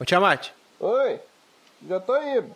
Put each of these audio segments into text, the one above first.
Ô Tiamat, Oi, já tô indo.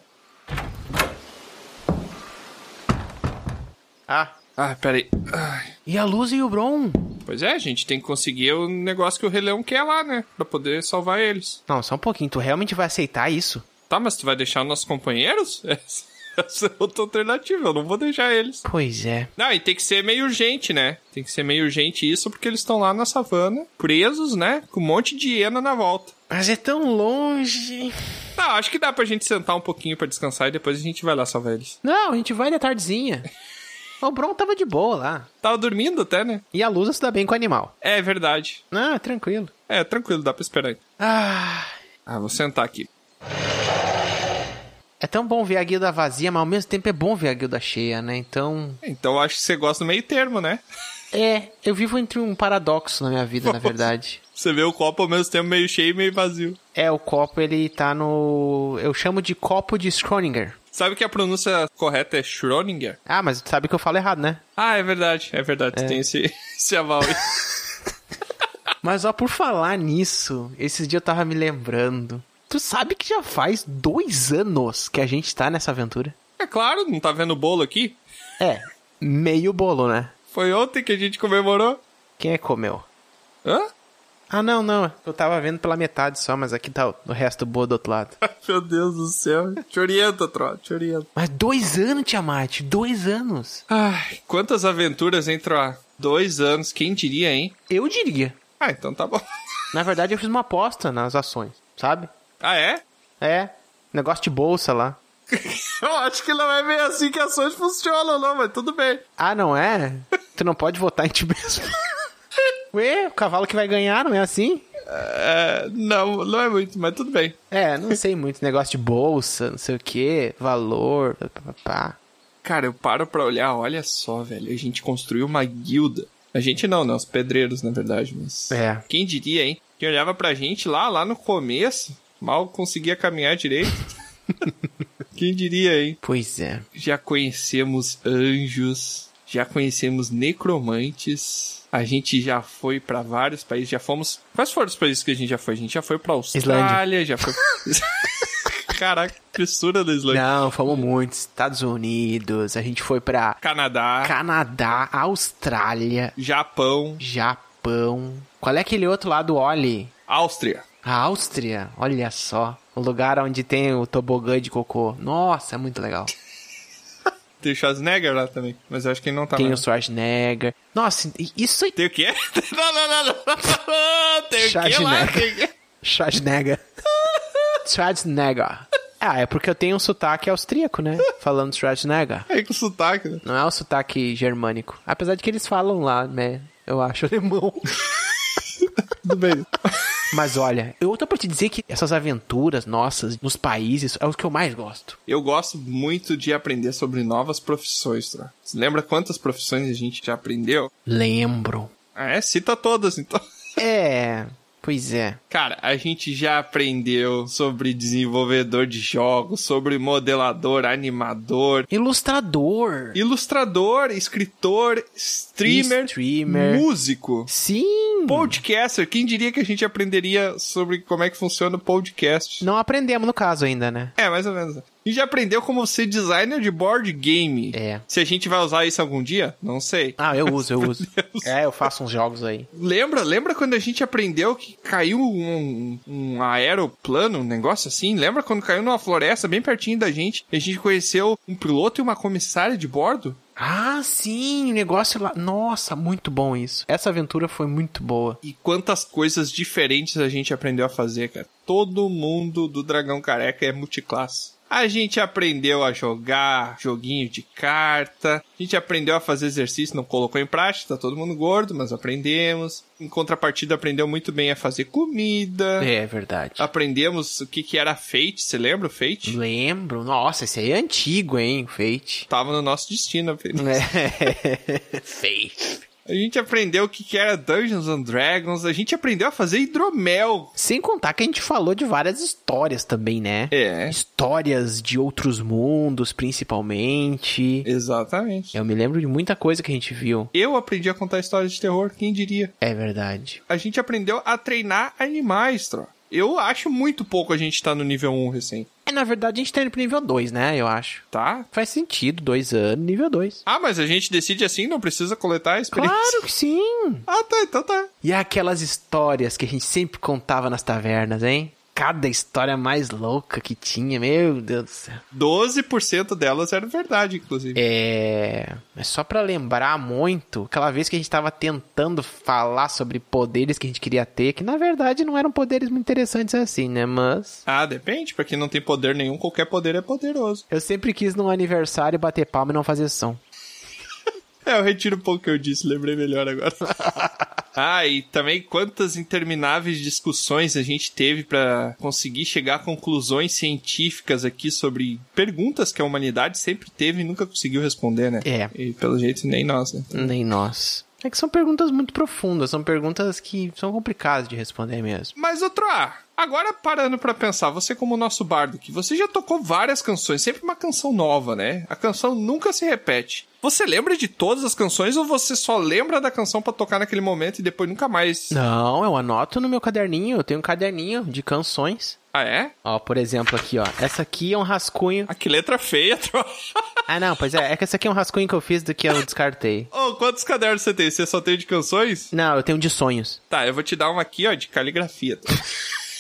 ah, Ah, peraí. Ai. e a Luz e o Bron? Pois é, a gente tem que conseguir o negócio que o Rei Leão quer lá, né? Pra poder salvar eles. Não, só um pouquinho, tu realmente vai aceitar isso? Tá, mas tu vai deixar os nossos companheiros? Essa essa é outra alternativa, eu não vou deixar eles. Pois é. Não, e tem que ser meio urgente, né? Tem que ser meio urgente isso, porque eles estão lá na savana, presos, né? Com um monte de hiena na volta. Mas é tão longe. Não, acho que dá pra gente sentar um pouquinho pra descansar e depois a gente vai lá salvar eles. Não, a gente vai de tardezinha. o Bron tava de boa lá. Tava dormindo até, né? E a Luz se dá bem com o animal. É verdade. Ah, tranquilo. É, tranquilo, dá pra esperar. aí. Ah, Ah, vou sentar aqui. é tão bom ver a guilda vazia, mas ao mesmo tempo é bom ver a guilda cheia, né? Então. Então acho que você gosta do meio termo, né? É, eu vivo entre um paradoxo na minha vida, na verdade. Você vê o copo ao mesmo tempo meio cheio e meio vazio. É, o copo, ele tá no. Eu chamo de copo de Schrödinger. Sabe que a pronúncia correta é Schrödinger? Ah, mas tu sabe que eu falo errado, né? Ah, é verdade, é verdade. Tem esse, esse aval aí. Mas ó, por falar nisso, esses dias eu tava me lembrando. Tu sabe que já faz dois anos que a gente tá nessa aventura? É claro, não tá vendo o bolo aqui? É, meio bolo, né? Foi ontem que a gente comemorou. Quem é que comeu? Hã? Ah, não, não. Eu tava vendo pela metade só, mas aqui tá o o resto do bolo do outro lado. Ai, Meu Deus do céu. Te orienta, Tro, te orienta. Mas dois anos, Tiamat, dois anos. Ai, quantas aventuras entre há dois anos, quem diria, hein? Eu diria. Ah, então tá bom. Na verdade, eu fiz uma aposta nas ações, sabe? Ah, é? É, negócio de bolsa lá. Eu acho que não é bem assim que ações funcionam, não, mas tudo bem. Ah, não é? Tu não pode votar em ti mesmo. Ué, o cavalo que vai ganhar, não é assim? É, não, não é muito, mas tudo bem. É, não sei muito. Negócio de bolsa, não sei o que, valor, pá, pá, pá. Cara, eu paro pra olhar, olha só, velho, a gente construiu uma guilda. A gente não, né? Os pedreiros, na verdade, mas... É. Quem diria, hein? Quem olhava pra gente lá, lá no começo, mal conseguia caminhar direito. Quem diria, hein? Pois é. Já conhecemos anjos, já conhecemos necromantes, a gente já foi pra vários países, já fomos... Quais foram os países que a gente já foi? A gente já foi pra Austrália, já foi... Caraca, fissura da Islândia. Não, fomos muitos. Estados Unidos, a gente foi pra Canadá, Canadá, Austrália, Japão, Japão. Qual é aquele outro lado, olhe? Áustria. A Áustria, olha só. O lugar onde tem o tobogã de cocô. Nossa, é muito legal. Tem o Schwarzenegger lá também, mas eu acho que ele não tá Tem lá. o Schwarzenegger. Nossa, e- isso aí. Tem o quê? Não, não, não, não. Tem o quê lá? Tem o Schwarzenegger. quê? Schwarzenegger. Schwarzenegger. Ah, é porque eu tenho um sotaque austríaco, né? Falando Schwarzenegger. Aí com sotaque, né? Não é o sotaque germânico. Apesar de que eles falam lá, né? Eu acho alemão. Tudo bem. Mas olha, eu tô pra te dizer que essas aventuras nossas nos países é o que eu mais gosto. Eu gosto muito de aprender sobre novas profissões, tá? Você lembra quantas profissões a gente já aprendeu? Lembro. Ah, é? Cita todas, então. É, pois é. Cara, a gente já aprendeu sobre desenvolvedor de jogos, sobre modelador, animador, Ilustrador. ilustrador, escritor, streamer, Streamer. músico. Sim. Podcaster, quem diria que a gente aprenderia sobre como é que funciona o podcast? Não aprendemos no caso ainda, né? É, mais ou menos. E já aprendeu como ser designer de board game. É. Se a gente vai usar isso algum dia? Não sei. Ah, eu uso, eu uso. Deus. É, eu faço uns jogos aí. Lembra, lembra quando a gente aprendeu que caiu um, um aeroplano, um negócio assim? Lembra quando caiu numa floresta bem pertinho da gente e a gente conheceu um piloto e uma comissária de bordo? Ah, sim, o negócio lá. Nossa, muito bom isso. Essa aventura foi muito boa. E quantas coisas diferentes a gente aprendeu a fazer, cara. Todo mundo do Dragão Careca é multiclasse. A gente aprendeu a jogar joguinho de carta, a gente aprendeu a fazer exercício, não colocou em prática, tá todo mundo gordo, mas aprendemos. Em contrapartida, aprendeu muito bem a fazer comida. É verdade. Aprendemos o que, que era Fate, você lembra o Fate? Lembro. Nossa, esse aí é antigo, hein? o Fate. Tava no nosso destino. É. Fate. A gente aprendeu o que, que era Dungeons and Dragons, a gente aprendeu a fazer hidromel. Sem contar que a gente falou de várias histórias também, né? É, Histórias de outros mundos, principalmente. exatamente. Eu me lembro de muita coisa que a gente viu. Eu aprendi a contar histórias de terror, quem diria? É verdade. A gente aprendeu a treinar animais, tro. Eu acho muito pouco a gente tá no nível 1 recém, É, na verdade, a gente tá indo pro nível 2, né? Eu acho. tá? Faz sentido, dois anos, nível 2. Ah, mas a gente decide assim, não precisa coletar a experiência. Claro que sim! Ah, tá, então tá. E aquelas histórias que a gente sempre contava nas tavernas, hein? Cada história mais louca que tinha, meu Deus do céu. 12% delas era verdade, inclusive. É. Mas só pra lembrar muito, aquela vez que a gente tava tentando falar sobre poderes que a gente queria ter, que na verdade não eram poderes muito interessantes assim, né? Mas. Ah, depende, pra quem não tem poder nenhum, qualquer poder é poderoso. Eu sempre quis num aniversário bater palma e não fazer som. É, eu retiro um pouco o que eu disse, lembrei melhor agora. ah, e também quantas intermináveis discussões a gente teve pra conseguir chegar a conclusões científicas aqui sobre perguntas que a humanidade sempre teve e nunca conseguiu responder, né? É. Hum. E pelo jeito nem nós, né? Nem nós. É que são perguntas muito profundas, são perguntas que são complicadas de responder mesmo. Mas outro A. Agora parando pra pensar, você como nosso bardo aqui, você já tocou várias canções, sempre uma canção nova, né? A canção nunca se repete. Você lembra de todas as canções ou você só lembra da canção pra tocar naquele momento e depois nunca mais? Não, eu anoto no meu caderninho, eu tenho um caderninho de canções. Ah, é? Ó, por exemplo, aqui, ó. Essa aqui é um rascunho. Ah, que letra feia, troca. Ah, não, pois é, é que essa aqui é um rascunho que eu fiz do que eu descartei. Ô, quantos cadernos você tem? Você só tem de canções? Não, eu tenho um de sonhos. Tá, eu vou te dar uma aqui, ó, de caligrafia.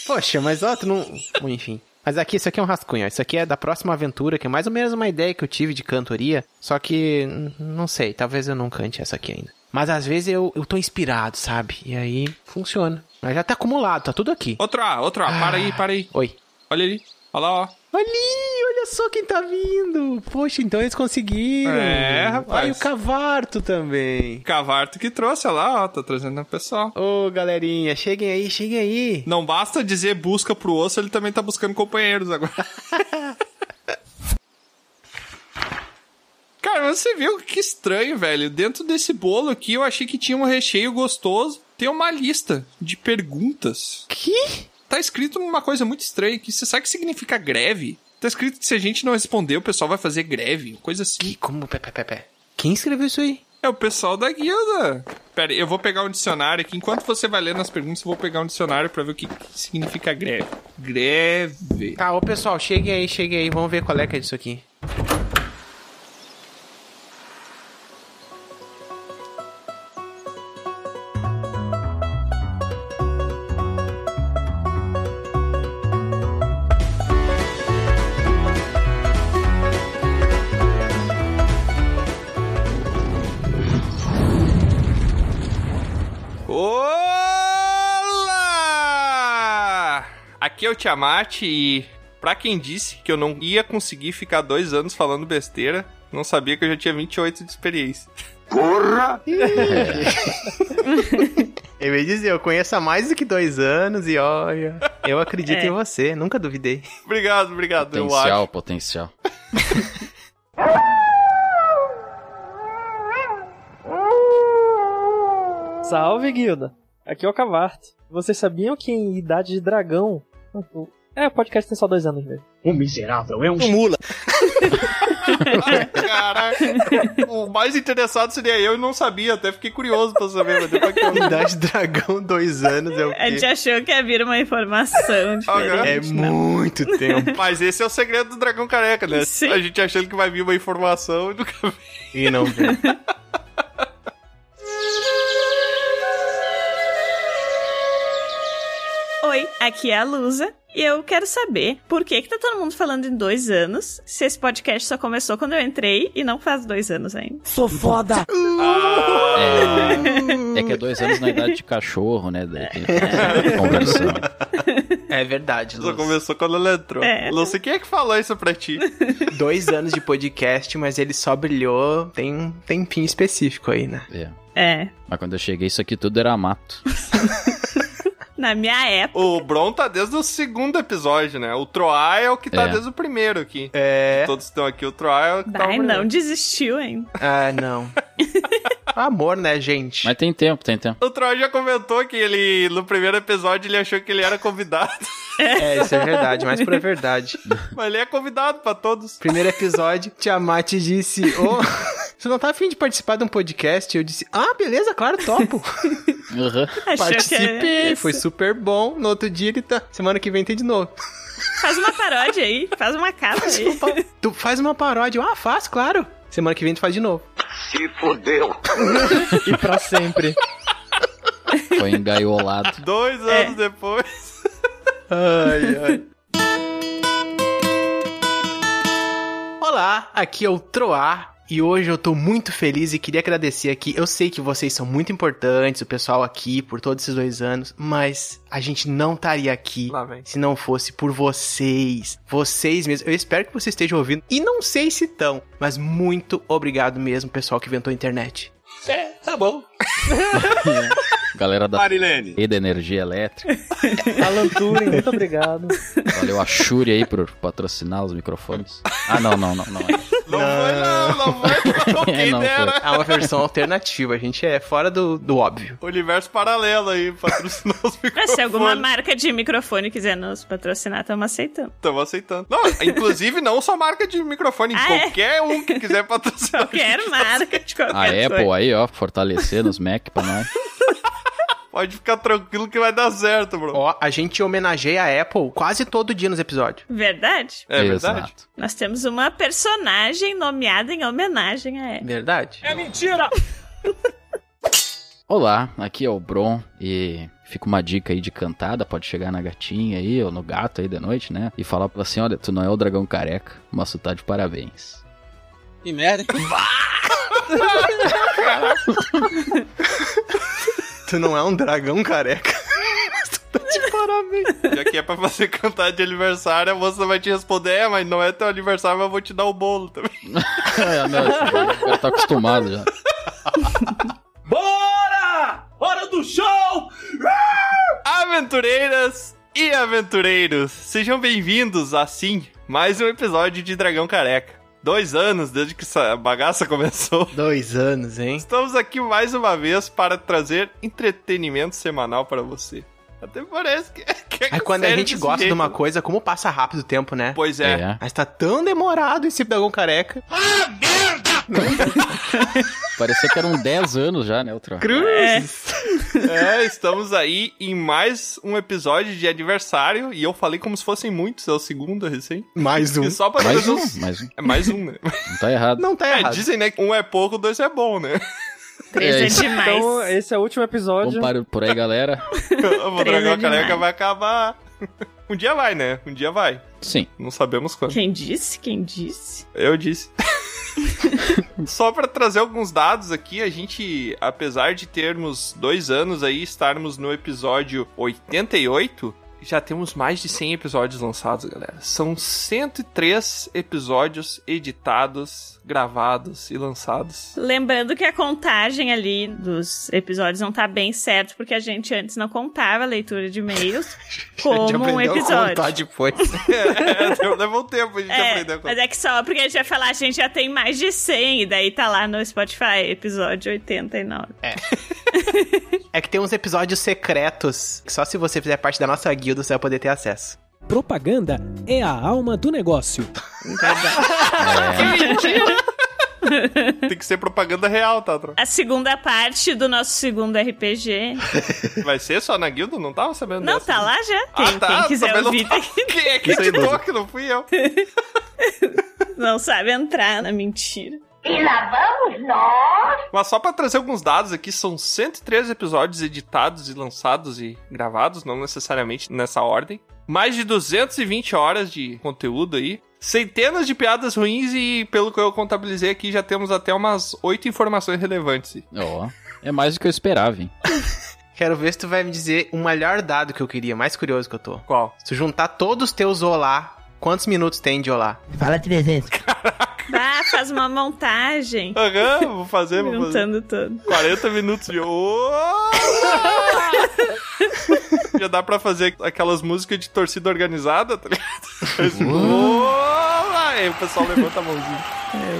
Poxa, mas ó, tu não. Bom, Enfim. Mas aqui, isso aqui é um rascunho, ó. Isso aqui é da próxima aventura, que é mais ou menos uma ideia que eu tive de cantoria. Só que. n- Não sei, talvez eu não cante essa aqui ainda. Mas às vezes eu, eu tô inspirado, sabe? E aí funciona. Mas já tá acumulado, tá tudo aqui. Ah, Outro A, outro A, para aí, para aí. Oi. Olha ali, olha lá, ó. Ali, olha só quem tá vindo. Poxa, então eles conseguiram. É, rapaz. Olha o Cavarto também. Cavarto que trouxe, olha lá, ó, tá trazendo o pessoal. Ô, galerinha, cheguem aí, cheguem aí. Não basta dizer busca pro osso, ele também tá buscando companheiros agora. Cara, mas você viu que estranho, velho. Dentro desse bolo aqui, eu achei que tinha um recheio gostoso. Tem uma lista de perguntas. Que? Tá escrito uma coisa muito estranha que você sabe o que significa greve? Tá escrito que se a gente não responder, o pessoal vai fazer greve, uma coisa assim. Que? Como? Pé, pé, pé, pé. Quem escreveu isso aí? É o pessoal da guilda. Pera, aí, eu vou pegar um dicionário aqui. Enquanto você vai lendo as perguntas, eu vou pegar um dicionário pra ver o que que significa greve. Greve. Tá, ô pessoal, cheguem aí, cheguem aí. Vamos ver qual é que é disso aqui. Olá! Aqui é o Tiamat e pra quem disse que eu não ia conseguir ficar dois anos falando besteira, não sabia que eu já tinha 28 de experiência. Eu ia dizer, eu conheço há mais do que dois anos e olha, eu acredito em você, nunca duvidei. Obrigado, obrigado, eu acho. Potencial, potencial. Salve, guilda! Aqui é o Cavarto. Vocês sabiam que em Idade de Dragão. É, o podcast tem só dois anos mesmo. O miserável é um Caraca, o mais interessado seria eu e não sabia, até fiquei curioso pra saber, mas depois que eu... Idade Dragão, dois anos é o A gente quê? achou que ia vir uma informação Agora- diferente. É muito tempo. Ah, né? Mas esse é o segredo do dragão careca, né? Sim. A gente achando que vai vir uma informação e nunca E não vem. Oi, aqui é a Lusa. E eu quero saber por que, que tá todo mundo falando em dois anos, se esse podcast só começou quando eu entrei e não faz dois anos ainda. É, é que é dois anos na idade de cachorro, né? Daí É. tem que conversar. É verdade, Só Luz. começou quando ela entrou. É. Não sei quem é que falou isso pra ti. Dois anos de podcast, mas ele só brilhou, tem um tempinho específico aí, né? É. É. Mas quando eu cheguei, isso aqui tudo era mato. Na minha época. O Bron tá desde o segundo episódio, né? O Troá é o que tá É. desde o primeiro aqui. É. Todos estão aqui, o Troá é o que tá Ai, o não primeiro. desistiu ainda. Ah, não. Amor, né, gente? Mas tem tempo, tem tempo. O Troá já comentou que ele, no primeiro episódio, ele achou que ele era convidado. É, isso é verdade, mas por é verdade. Mas ele é convidado pra todos. Primeiro episódio, Tiamat disse: Ô, você não tá afim de participar de um podcast? Eu disse: Ah, beleza, claro, topo. Aham. Achou que Participei, é foi super bom. No outro dia ele tá. Semana que vem tem de novo. Faz uma paródia aí, faz uma casa um aí. Tu faz uma paródia. Ah, faz, claro. Semana que vem tu faz de novo. E pra sempre. Foi engaiolado. Dois É. anos depois. ai, ai. Olá, aqui é o Troar e hoje eu tô muito feliz e queria agradecer aqui. Eu sei que vocês são muito importantes, o pessoal aqui, por todos esses dois anos, mas a gente não estaria aqui Lá vem. se não fosse por vocês. Vocês mesmos. Eu espero que vocês estejam ouvindo e não sei se estão, mas muito obrigado mesmo, pessoal que inventou a internet. Tá bom. Galera da Marilene. E da Energia Elétrica. Alan Turing, muito obrigado. Valeu a Shuri aí por patrocinar os microfones. Ah, não, não, não, não. Não, foi, não, não foi. Não, É, quem não dera. É uma versão alternativa, a gente é fora do, do óbvio. Universo paralelo aí, patrocinou os Mas microfones. se alguma marca de microfone quiser nos patrocinar, estamos aceitando. Tamo aceitando. Não, inclusive, não só marca de microfone. Ah, é? qualquer um que quiser patrocinar. a gente Qualquer marca de qualquer A Apple aí, ó, fortalecendo os Mac pra nós. um. Pode ficar tranquilo que vai dar certo, bro. Ó, a gente homenageia a Apple quase todo dia nos episódios. Verdade? É Exato. verdade. Nós temos uma personagem nomeada em homenagem a ela. Verdade? É Olá, aqui é o Bron e fica uma dica aí de cantada, pode chegar na gatinha aí ou no gato aí da noite, né? E falar pra ela assim, olha, tu não é o dragão careca, mas tu tá de parabéns. Que merda. Tu não é um dragão careca. Já que é pra fazer cantar de aniversário, a moça vai te responder, é, mas não é teu aniversário, mas eu vou te dar o bolo também. Ah, não, esse cara tá acostumado já. Bora! Hora do show! Aventureiras e aventureiros, sejam bem-vindos a, sim, mais um episódio de Dragão Careca. Dois anos desde que essa bagaça começou. Dois anos, hein? Estamos aqui mais uma vez para trazer entretenimento semanal para você. Até parece que, que é Aí quando a sério gente desse gosta de jeito. uma coisa, como passa rápido o tempo, né? Pois é. É. Mas tá tão demorado esse dragão careca. Parecia que eram 10 anos já, né, o Tro? Cruzes! É, estamos aí em mais um episódio de aniversário e eu falei como se fossem muitos, é o segundo recém. Mais um. E só pra Mais trazer um, uns- mais um. É mais um, né? Não tá errado. Não tá É, errado. dizem, né? que Um é pouco, dois é bom, né? Três é, É isso. demais. Então, esse é o último episódio. Compara por aí, galera. o Três é dragão demais. careca vai acabar. Um dia vai, né? Um dia vai. Sim. Não sabemos quando. Quem disse? Quem disse? Eu disse. Só pra trazer alguns dados aqui, a gente, apesar de termos dois anos aí, estarmos no episódio 88, já temos mais de 100 episódios lançados, galera. São 103 episódios editados, gravados e lançados. Lembrando que a contagem ali dos episódios não tá bem certo, porque a gente antes não contava a leitura de e-mails A gente como um aprendeu a episódio. contar depois. é, deu- levou um tempo a gente É, aprender a contar. mas é que só porque a gente vai falar, a gente já tem mais de 100, e daí tá lá no Spotify, episódio 89. É que tem uns episódios secretos que só se você fizer parte da nossa guilda você vai poder ter acesso. Propaganda é a alma do negócio. É, é- Tem que ser propaganda real, tá? Tro? A segunda parte do nosso segundo RPG. Vai ser só na guilda? Não tava sabendo Não, dessa. tá lá já. Quem, ah, tá, quem quiser também não ouvir, tá- tem que- Quem é que editou que não fui eu? não sabe entrar na mentira. Mas só pra trazer alguns dados aqui, são 103 episódios editados e lançados e gravados, não necessariamente nessa ordem. Mais de 220 horas de conteúdo aí. Centenas de piadas ruins e, pelo que eu contabilizei aqui, já temos até umas 8 informações relevantes. ó. É mais do que eu esperava, hein? Quero ver se tu vai me dizer o melhor dado que eu queria, mais curioso que eu tô. Qual? Se tu juntar todos os teus olá, quantos minutos tem de olá? Fala 300. Ah, faz uma montagem. Aham, vou fazer, vou fazer. Juntando tudo. 40 minutos de. Olá! já dá pra fazer aquelas músicas de torcida organizada, tá ligado? Olá! Aí o pessoal levanta a mãozinha.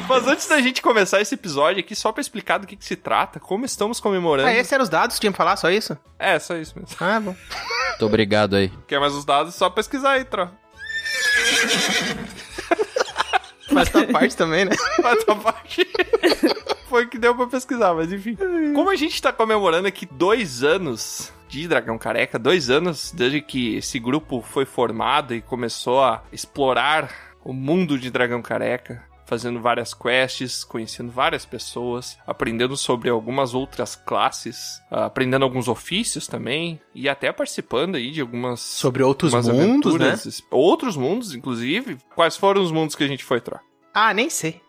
Mas antes da gente começar esse episódio aqui, só pra explicar do que, que se trata, como estamos comemorando. Ah, É, esses eram os dados que tinha pra falar, só isso? só isso mesmo. Ah, bom. Muito obrigado aí. Quer mais os dados? Só pesquisar aí, tro. Faz tua parte também, né? Faz a parte. foi o que deu pra pesquisar, mas enfim. Como a gente tá comemorando aqui dois anos de Dragão Careca, dois anos desde que esse grupo foi formado e começou a explorar o mundo de Dragão Careca, fazendo várias quests, conhecendo várias pessoas, aprendendo sobre algumas outras classes, ah, aprendendo alguns ofícios também, e até participando aí de algumas Sobre outros umas mundos, né? aventuras, outros mundos, inclusive. Quais foram os mundos que a gente foi, Tro? Ah, nem sei.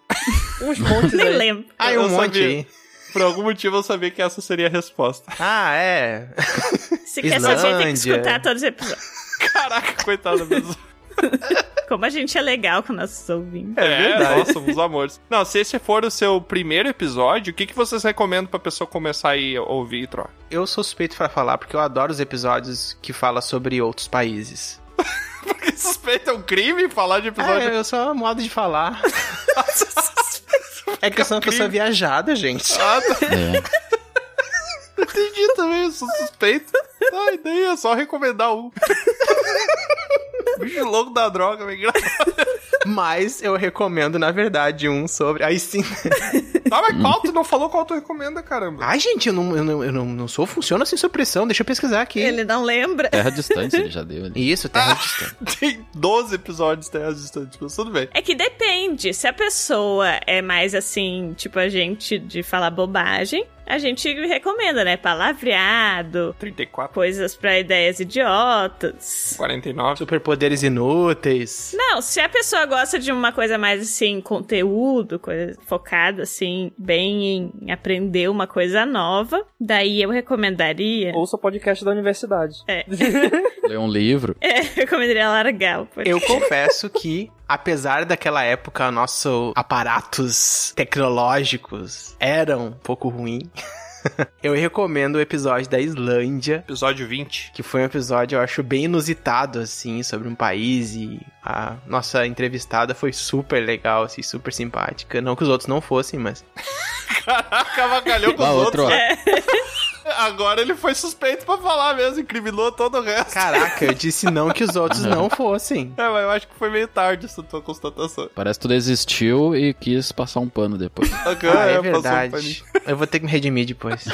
Uns montes Nem aí. lembro. Ah, e Eu um monte sabia. aí. Por algum motivo eu sabia que essa seria a resposta. Ah, é. Se quer saber, tem que Islândia. escutar todos os episódios. Caraca, coitada mesmo. Como a gente é legal com nossos ouvintes. É, nossa, os amores. Não, se esse for o seu primeiro episódio, o que, que vocês recomendam pra pessoa começar aí a ouvir, Tro? Eu sou suspeito pra falar porque eu adoro os episódios que fala sobre outros países. Porque suspeita é um crime falar de episódio. É, eu sou modo de falar. é que eu sou uma pessoa viajada, gente. Ah, tá, É. entendi também, eu sou suspeito. Ai, daí é só recomendar um. Bicho louco da droga, me engraçado. Mas eu recomendo, na verdade, um sobre. Aí sim. Tá, mas qual tu não falou qual tu recomenda, caramba? Ai, gente, eu não, eu não, eu não, não sou. Funciona sem supressão. Deixa eu pesquisar aqui. Ele não lembra. Terra distante ele já deu ali. Isso, terra distante. Tem 12 episódios até as distantes, mas tudo bem. É que depende. Se a pessoa é mais assim, tipo a gente, de falar bobagem, a gente recomenda, né? Palavreado, 34, coisas pra ideias idiotas. 49. Superpoderes inúteis. Não, se a pessoa gosta de uma coisa mais assim, conteúdo, coisa focada assim, bem em aprender uma coisa nova, daí eu recomendaria. Ouça o podcast da universidade. É. Leu um livro. É, eu recomendaria largar o podcast. Eu confesso que, apesar daquela época, nossos aparatos tecnológicos eram um pouco ruim. eu recomendo o episódio da Islândia, Episódio 20. que foi um episódio, eu acho, bem inusitado, assim, sobre um país. E a nossa entrevistada foi super legal, assim, super simpática. Não que os outros não fossem, mas. Caraca, avacalhou Ah, com os Ah, Bah, ô, outros. Tro, Agora ele foi suspeito pra falar mesmo, incriminou todo o resto. Caraca, eu disse não que os outros não fossem. É, mas eu acho que foi meio tarde essa tua constatação. Parece que tu desistiu e quis passar um pano depois. Ok, Ah, é passou um verdade. paninho. Eu vou ter que me redimir depois.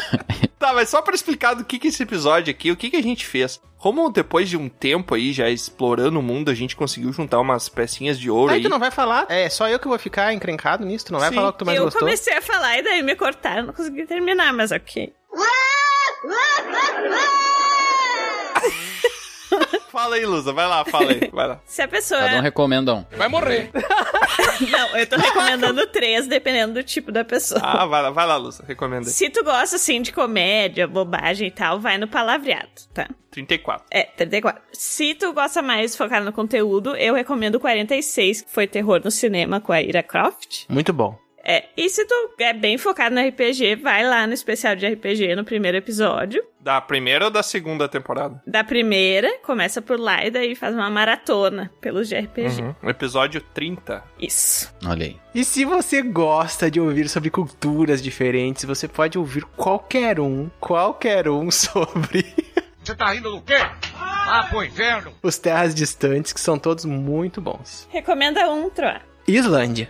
Tá, mas só pra explicar do que que é esse episódio aqui, o que que a gente fez. Como depois de um tempo aí, já explorando o mundo, a gente conseguiu juntar umas pecinhas de ouro Aí aí. tu não vai falar? É, só eu que vou ficar encrencado nisso? Tu não vai Sim. falar o que tu mais eu gostou? comecei a falar e daí me cortaram, não consegui terminar, mas ok. Fala aí, Lusa, vai lá, fala aí, vai lá. Se a pessoa. Cada um recomenda um. Vai morrer. Não, eu tô recomendando três, dependendo do tipo da pessoa. Ah, vai lá, vai lá, Lusa, recomenda aí. Se tu gosta, assim, de comédia, bobagem e tal, vai no palavreado, tá? 34. É, 34. Se tu gosta mais focado no conteúdo, eu recomendo o 46, que foi terror no cinema com a Ira Croft. Muito bom. É, e se tu é bem focado no RPG, vai lá no especial de RPG, no primeiro episódio. Da primeira ou da segunda temporada? Da primeira, começa por lá e daí faz uma maratona pelos de RPG. Uhum. Episódio 30. Isso. Olha aí. E se você gosta de ouvir sobre culturas diferentes, você pode ouvir qualquer um, qualquer um sobre Você tá rindo do quê? Ah, pro inferno! os terras distantes, que são todos muito bons. Recomenda um, Troa. Islândia.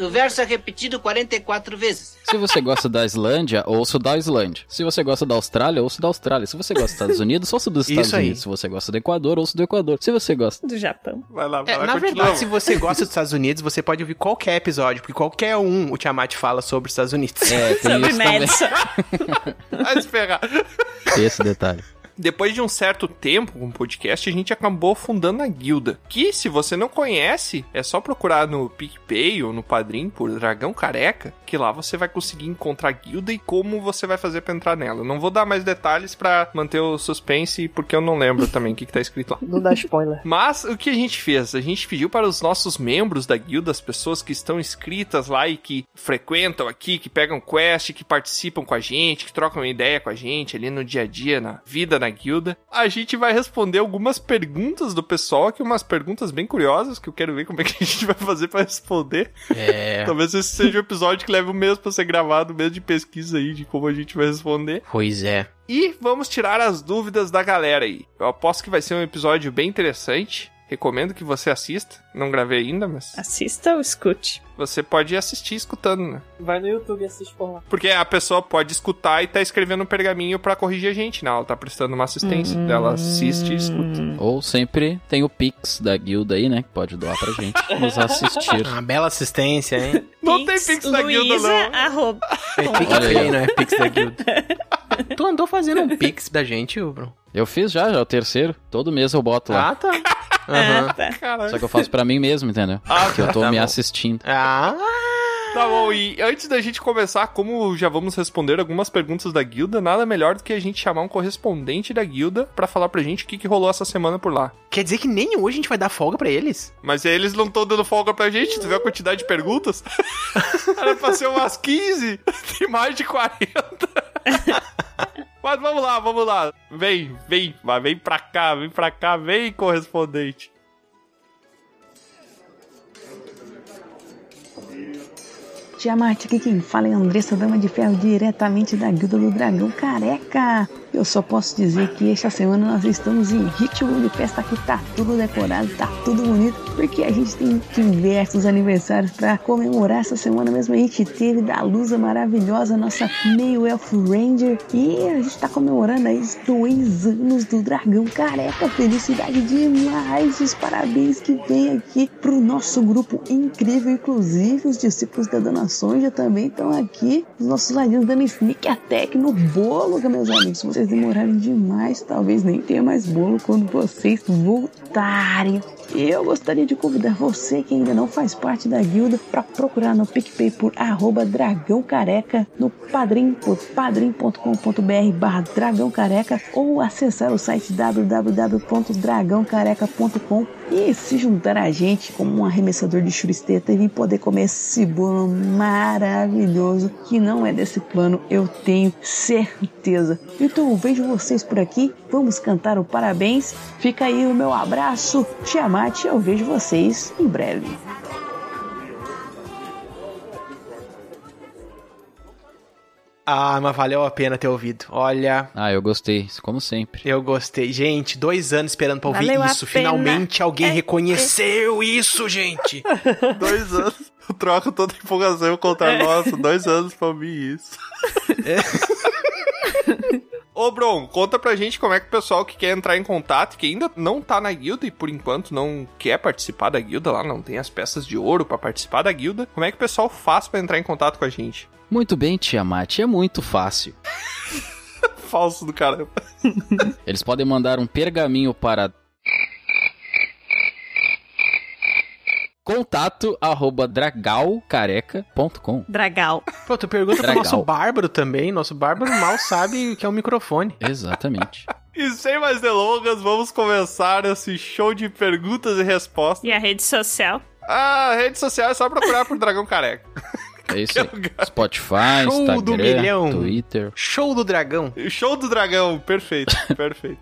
O verso é repetido 44 vezes. Se você gosta da Islândia, ouça o da Islândia. Se você gosta da Austrália, ouça o da Austrália. Se você gosta dos Estados Unidos, ouça o dos Estados Isso aí. Unidos. Se você gosta do Equador, ouça o do Equador. Se você gosta. Do Japão. Vai lá, vai É, lá, na continua. verdade, se você gosta dos Estados Unidos, você pode ouvir qualquer episódio, porque qualquer um o Tiamat fala sobre os Estados Unidos. É, tem Sobre isso também. Madison. Vai se ferrar. Tem esse detalhe. Depois de um certo tempo com o podcast, a gente acabou fundando a guilda. Que, se você não conhece, é só procurar no PicPay ou no Padrim por Dragão Careca, que lá você vai conseguir encontrar a guilda e como você vai fazer pra entrar nela. Não vou dar mais detalhes pra manter o suspense, porque eu não lembro também o que, que tá escrito lá. Não dá spoiler. Mas o que a gente fez? A gente pediu para os nossos membros da guilda, as pessoas que estão inscritas lá e que frequentam aqui, que pegam quest, que participam com a gente, que trocam ideia com a gente ali no dia a dia, na vida na guilda. A gente vai responder algumas perguntas do pessoal, aqui umas perguntas bem curiosas que eu quero ver como é que a gente vai fazer para responder. É. Talvez esse seja o episódio que leve o mês para ser gravado, o mês de pesquisa aí de como a gente vai responder. Pois é. E vamos tirar as dúvidas da galera aí. Eu aposto que vai ser um episódio bem interessante. Recomendo que você assista. Não gravei ainda, mas. Assista ou escute? Você pode assistir escutando, né? Vai no YouTube e assiste por lá. Porque a pessoa pode escutar e tá escrevendo um pergaminho pra corrigir a gente, né? Ela tá prestando uma Hum. assistência. Hum. Ela assiste e escuta. Ou sempre tem o Pix da guilda aí, né? Que pode doar pra gente nos assistir. Uma bela assistência, hein? Não tem Pix da guilda, Luísa, não. arroba. É Pix Olha aí, ó. não é Pix da Guild. tu andou fazendo um Pix da gente, ô, Bruno? Eu fiz já, já o terceiro. Todo mês eu boto lá. Ah, tá. Aham. Ah, tá. Caralho. Só que eu faço pra mim mesmo, entendeu? Porque É. eu tô Tá me bom. assistindo. Ah, Tá bom, e antes da gente começar, como já vamos responder algumas perguntas da guilda, nada melhor do que a gente chamar um correspondente da guilda pra falar pra gente o que, que rolou essa semana por lá. quer dizer que nem hoje a gente vai dar folga pra eles? Mas aí eles não estão dando folga pra gente, tu vê a quantidade de perguntas? Era pra ser umas 15, tem mais de 40. Mas vamos lá, vamos lá. Vem, vem, mas vem pra cá, vem pra cá, vem correspondente. Tiamat, aqui quem fala é Andressa Dama de Ferro, diretamente da Guilda do Dragão Careca. Eu só posso dizer que esta semana nós estamos em ritmo de festa que tá tudo decorado, tá tudo bonito, porque a gente tem diversos aniversários pra comemorar essa semana mesmo. A gente teve da Lusa maravilhosa, nossa meio elf ranger, e a gente tá comemorando aí os dois anos do Dragão Careca. Felicidade demais, os parabéns que vem aqui pro nosso grupo incrível, inclusive os discípulos da Dona Sonja também estão aqui, os nossos ladinhos dando sneak attack no bolo, meus amigos. Vocês demoraram demais, talvez nem tenha mais bolo quando vocês voltarem. Eu gostaria de convidar você que ainda não faz parte da guilda para procurar no PicPay por arroba dragão careca, no padrim por padrim.com.br barra dragão careca ou acessar o site www.dragãocareca.com e se juntar a gente como um arremessador de churisteta e poder comer esse bolo maravilhoso que não é desse plano, eu tenho certeza. Então eu vejo vocês por aqui, vamos cantar o parabéns. Fica aí o meu abraço, Tiamat, eu vejo vocês em breve. Ah, mas valeu a pena ter ouvido. Olha, Ah, eu gostei, isso como sempre. eu gostei. Gente, dois anos esperando pra ouvir Valeu a isso. pena. Finalmente alguém É, reconheceu isso, gente. Dois anos. Eu troco toda a empolgação contra nossa. Dois anos pra mim isso. É. Ô, Bron, conta pra gente como é que o pessoal que quer entrar em contato, que ainda não tá na guilda e por enquanto não quer participar da guilda lá, não tem as peças de ouro pra participar da guilda, como é que o pessoal faz pra entrar em contato com a gente? Muito bem, Tiamat, é muito fácil. Falso do caramba. Eles podem mandar um pergaminho para contato arroba dragalcareca.com. Dragal. Pô, tu pergunta pro Legal. nosso Bárbaro também. Nosso Bárbaro mal sabe o que é um microfone. Exatamente. E sem mais delongas, vamos começar esse show de perguntas e respostas. E a rede social? Ah, rede social é só procurar por Dragão Careca. É isso aí. Spotify, Show Instagram, do milhão. Twitter. Show do dragão. Show do dragão, perfeito, perfeito.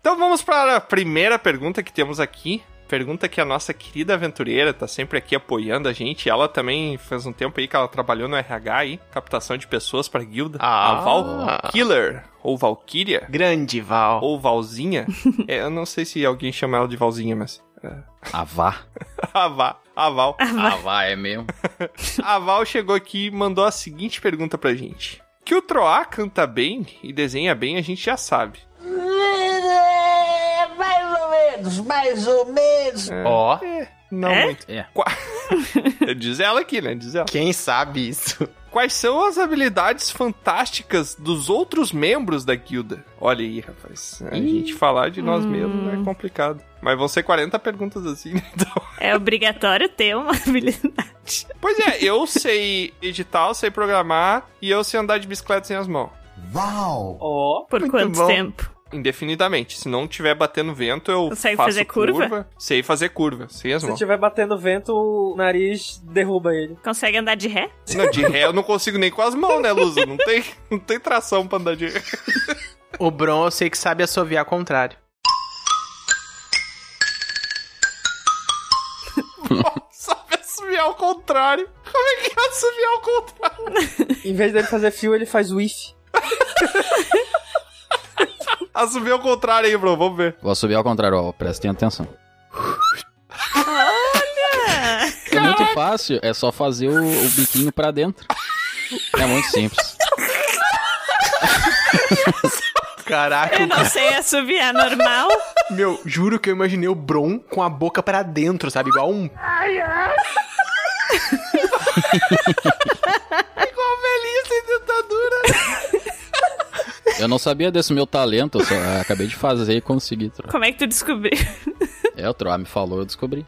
Então vamos para a primeira pergunta que temos aqui. Pergunta que a nossa querida aventureira tá sempre aqui apoiando a gente. Ela também fez um tempo aí que ela trabalhou no RH aí, captação de pessoas para guilda. Ah. A Val Killer ou Valkyria Grande Val. ou Valzinha. É, eu não sei se alguém chama ela de Valzinha, mas Avá. a Val, a Val. Avá é mesmo. A Val chegou aqui e mandou a seguinte pergunta pra gente. Que o Troá canta bem e desenha bem, a gente já sabe. É, mais ou menos, mais ou menos. Ó, Não É? muito. É. Qua- Diz ela aqui, né? Diz ela. quem sabe isso? Quais são as habilidades fantásticas dos outros membros da guilda? Olha aí, rapaz. A gente falar de nós mesmos hum. é complicado. Mas vão ser 40 perguntas assim, né? então. É obrigatório ter uma habilidade. Pois é, eu sei editar, eu sei programar e eu sei andar de bicicleta sem as mãos. Ó, Por Muito quanto bom. tempo? Indefinidamente. Se não tiver batendo vento, eu Consegue faço fazer curva? Sei fazer curva, sei as se mãos. tiver batendo vento, o nariz derruba ele. Consegue andar de ré? Não, de ré eu não consigo nem com as mãos, né, Luzo? Não tem, não tem tração pra andar de ré. O Bron eu sei que sabe assoviar ao contrário. Sabe assumir ao contrário. Como é que é assoviar ao contrário? em vez dele fazer fio, ele faz whiff. Assumir ao contrário aí, bro. Vamos ver. Vou assobiar ao contrário, ó. Prestem atenção. Olha! É muito fácil, é só fazer o, o biquinho pra dentro. É muito simples. Caraca. Eu É, não sei assobiar normal. Meu, juro que eu imaginei o Bron com a boca pra dentro, sabe? Igual um. Igual velhinha sem dentadura. Eu não sabia desse meu talento, eu só acabei de fazer e consegui. Troar. Como é que tu descobriu? É, o Troá me falou, eu descobri.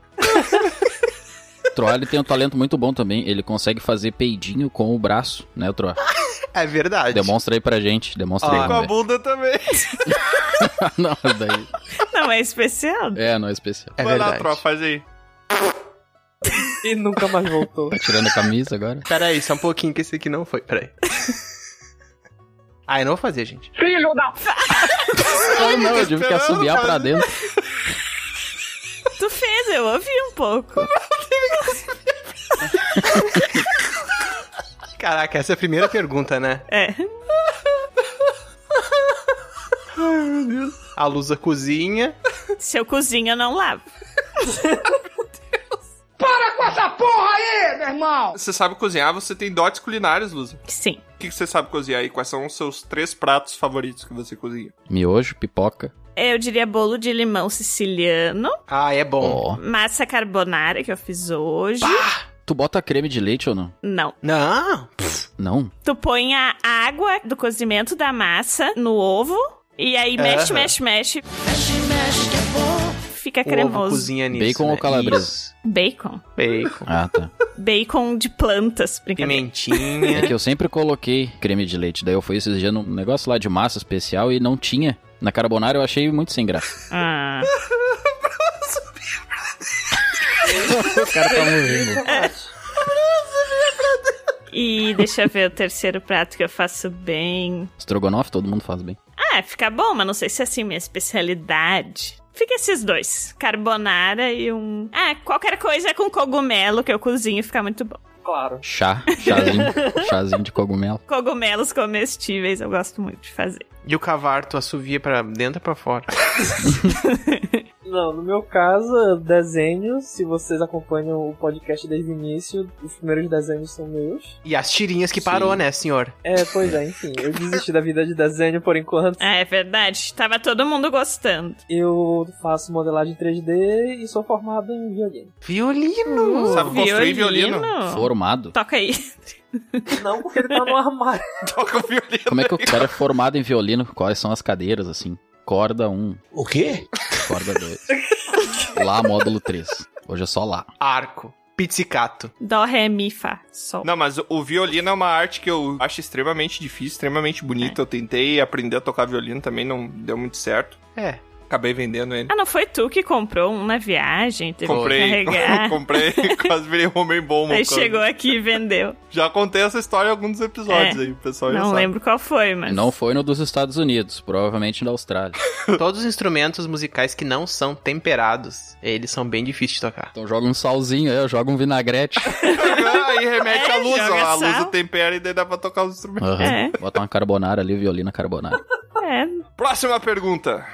Troá, ele tem um talento muito bom também. Ele consegue fazer peidinho com o braço, né, Troá? É verdade. Demonstra aí pra gente, demonstra ah, aí. com tá a bunda também. não, daí... Não é especial. É, não é especial. É Vai verdade. lá, Troá, faz aí. E nunca mais voltou. Tá tirando a camisa agora? Pera aí, só um pouquinho que esse aqui não foi. Pera aí. Ah, eu não vou fazer, gente. Filho da... Não, Ah, não, eu tive que assobiar pra dentro. Tu fez, eu ouvi um pouco. Caraca, essa é a primeira pergunta, né? É. Ai, meu Deus. A Lusa cozinha. Se eu cozinho, eu não lavo. Para com essa porra aí, meu irmão! Você sabe cozinhar, você tem dotes culinários, Lusa. Sim. O que você sabe cozinhar e quais são os seus três pratos favoritos que você cozinha? Miojo, pipoca. Eu diria bolo de limão siciliano. Ah, é bom. Oh. Massa carbonara, que eu fiz hoje. Pá! Tu bota creme de leite ou não? Não. Não? Não. Tu põe a água do cozimento da massa no ovo. E aí mexe, Aham. mexe, mexe. Mexe, mexe, que é bom. Fica O ovo cremoso. cozinha nisso, Bacon né? ou calabresa? Isso. Bacon. Bacon. Ah, tá. Bacon de plantas, brincadeira. Pimentinha. É que eu sempre coloquei creme de leite. Daí eu fui esses dias num negócio lá de massa especial e não tinha. Na carbonara eu achei muito sem graça. Ah. Os caras estavam rindo. E deixa eu ver o terceiro prato que eu faço bem. Estrogonofe todo mundo faz bem. Ah, fica bom, mas não sei se é assim minha especialidade. Fica esses dois. Carbonara e um. Ah, qualquer coisa com cogumelo que eu cozinho fica muito bom. Claro. Chá, chazinho, chazinho de cogumelo. Cogumelos comestíveis eu gosto muito de fazer. E o cavarto assovia pra dentro e pra fora. Não, no meu caso, desenhos, se vocês acompanham o podcast desde o início, os primeiros desenhos são meus. E as tirinhas que parou, Sim. né, senhor? É, pois é, enfim, eu desisti da vida de desenho por enquanto. Ah, é verdade. Tava todo mundo gostando. Eu faço modelagem 3D e sou formado em videogame. Uhum. Violino! Sabe construir violino? Formado? Toca aí. Não porque ele tá no armário. Toca o violino. Como é que o cara é formado em violino? Quais são as cadeiras, assim? Corda 1, O quê? corda 2. Lá, módulo 3. Hoje é só lá. Arco. Pizzicato. Dó, ré, mi, fá, sol. Não, mas o violino é uma arte que eu acho extremamente difícil, extremamente bonita. Eu tentei aprender a tocar violino também, não deu muito certo. É. Acabei vendendo ele. Ah, não foi tu que comprou um na viagem? Teve Comprei, que carregar. comprei, quase virei um homem bom, mano. Aí chegou aqui e vendeu. Já contei essa história em alguns episódios É. aí, o pessoal já Não sabe. lembro qual foi, mas. é. Não foi no dos Estados Unidos, provavelmente na Austrália. Todos os instrumentos musicais que não são temperados, eles são bem difíceis de tocar. Então joga um salzinho aí, eu jogo um vinagrete. aí remete É, à luz, ó. joga A luz sal. o tempera e daí dá pra tocar os instrumentos. Aham. É. Bota uma carbonara ali, violino carbonara. É, Próxima pergunta.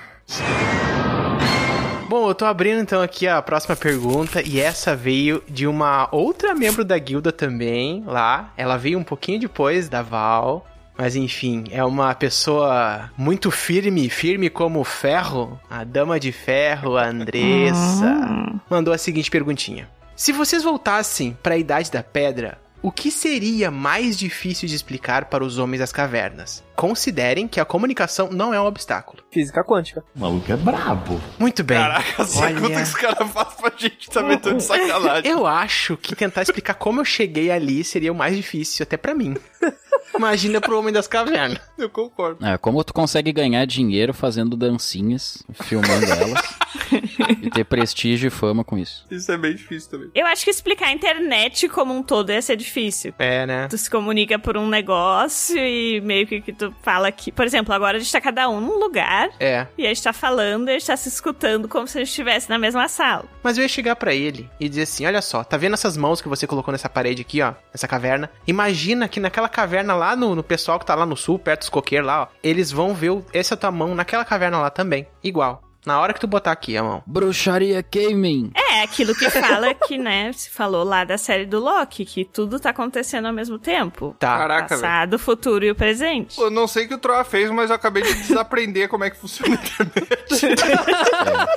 Bom, eu tô abrindo então aqui a próxima pergunta e essa veio de uma outra membro da guilda também, lá. Ela veio um pouquinho depois da Val, mas enfim, é uma pessoa muito firme, firme como o ferro, a dama de ferro, a Andressa. Hum. Mandou a seguinte perguntinha: Se vocês voltassem pra idade da pedra, o que seria mais difícil de explicar para os homens das cavernas? Considerem que a comunicação não é um obstáculo. Física quântica. O maluco é brabo. Muito bem. Caraca, as Olha. perguntas que os caras fazem pra gente também tão de sacanagem. Eu acho que tentar explicar como eu cheguei ali seria o mais difícil, até pra mim. Imagina pro Homem das Cavernas. Eu concordo. É, como tu consegue ganhar dinheiro fazendo dancinhas, filmando elas, e ter prestígio e fama com isso. Isso é bem difícil também. Eu acho que explicar a internet como um todo ia ser difícil. É, né? Tu se comunica por um negócio e meio que, que tu fala aqui. Por exemplo, agora a gente tá cada um num lugar. É. E a gente tá falando e a gente tá se escutando como se a gente estivesse na mesma sala. Mas eu ia chegar pra ele e dizer assim: olha só, tá vendo essas mãos que você colocou nessa parede aqui, ó? Nessa caverna? Imagina que naquela caverna lá no, no pessoal que tá lá no sul, perto dos coqueiros lá, ó, eles vão ver o- essa tua mão naquela caverna lá também. Igual. Na hora que tu botar aqui a mão. Bruxaria Gaming. É, aquilo que fala que, né, se falou lá da série do Loki, que tudo tá acontecendo ao mesmo tempo. Tá. Caraca, Passado, futuro e o presente. Eu não sei o que o Troa fez, mas eu acabei de desaprender como é que funciona a internet.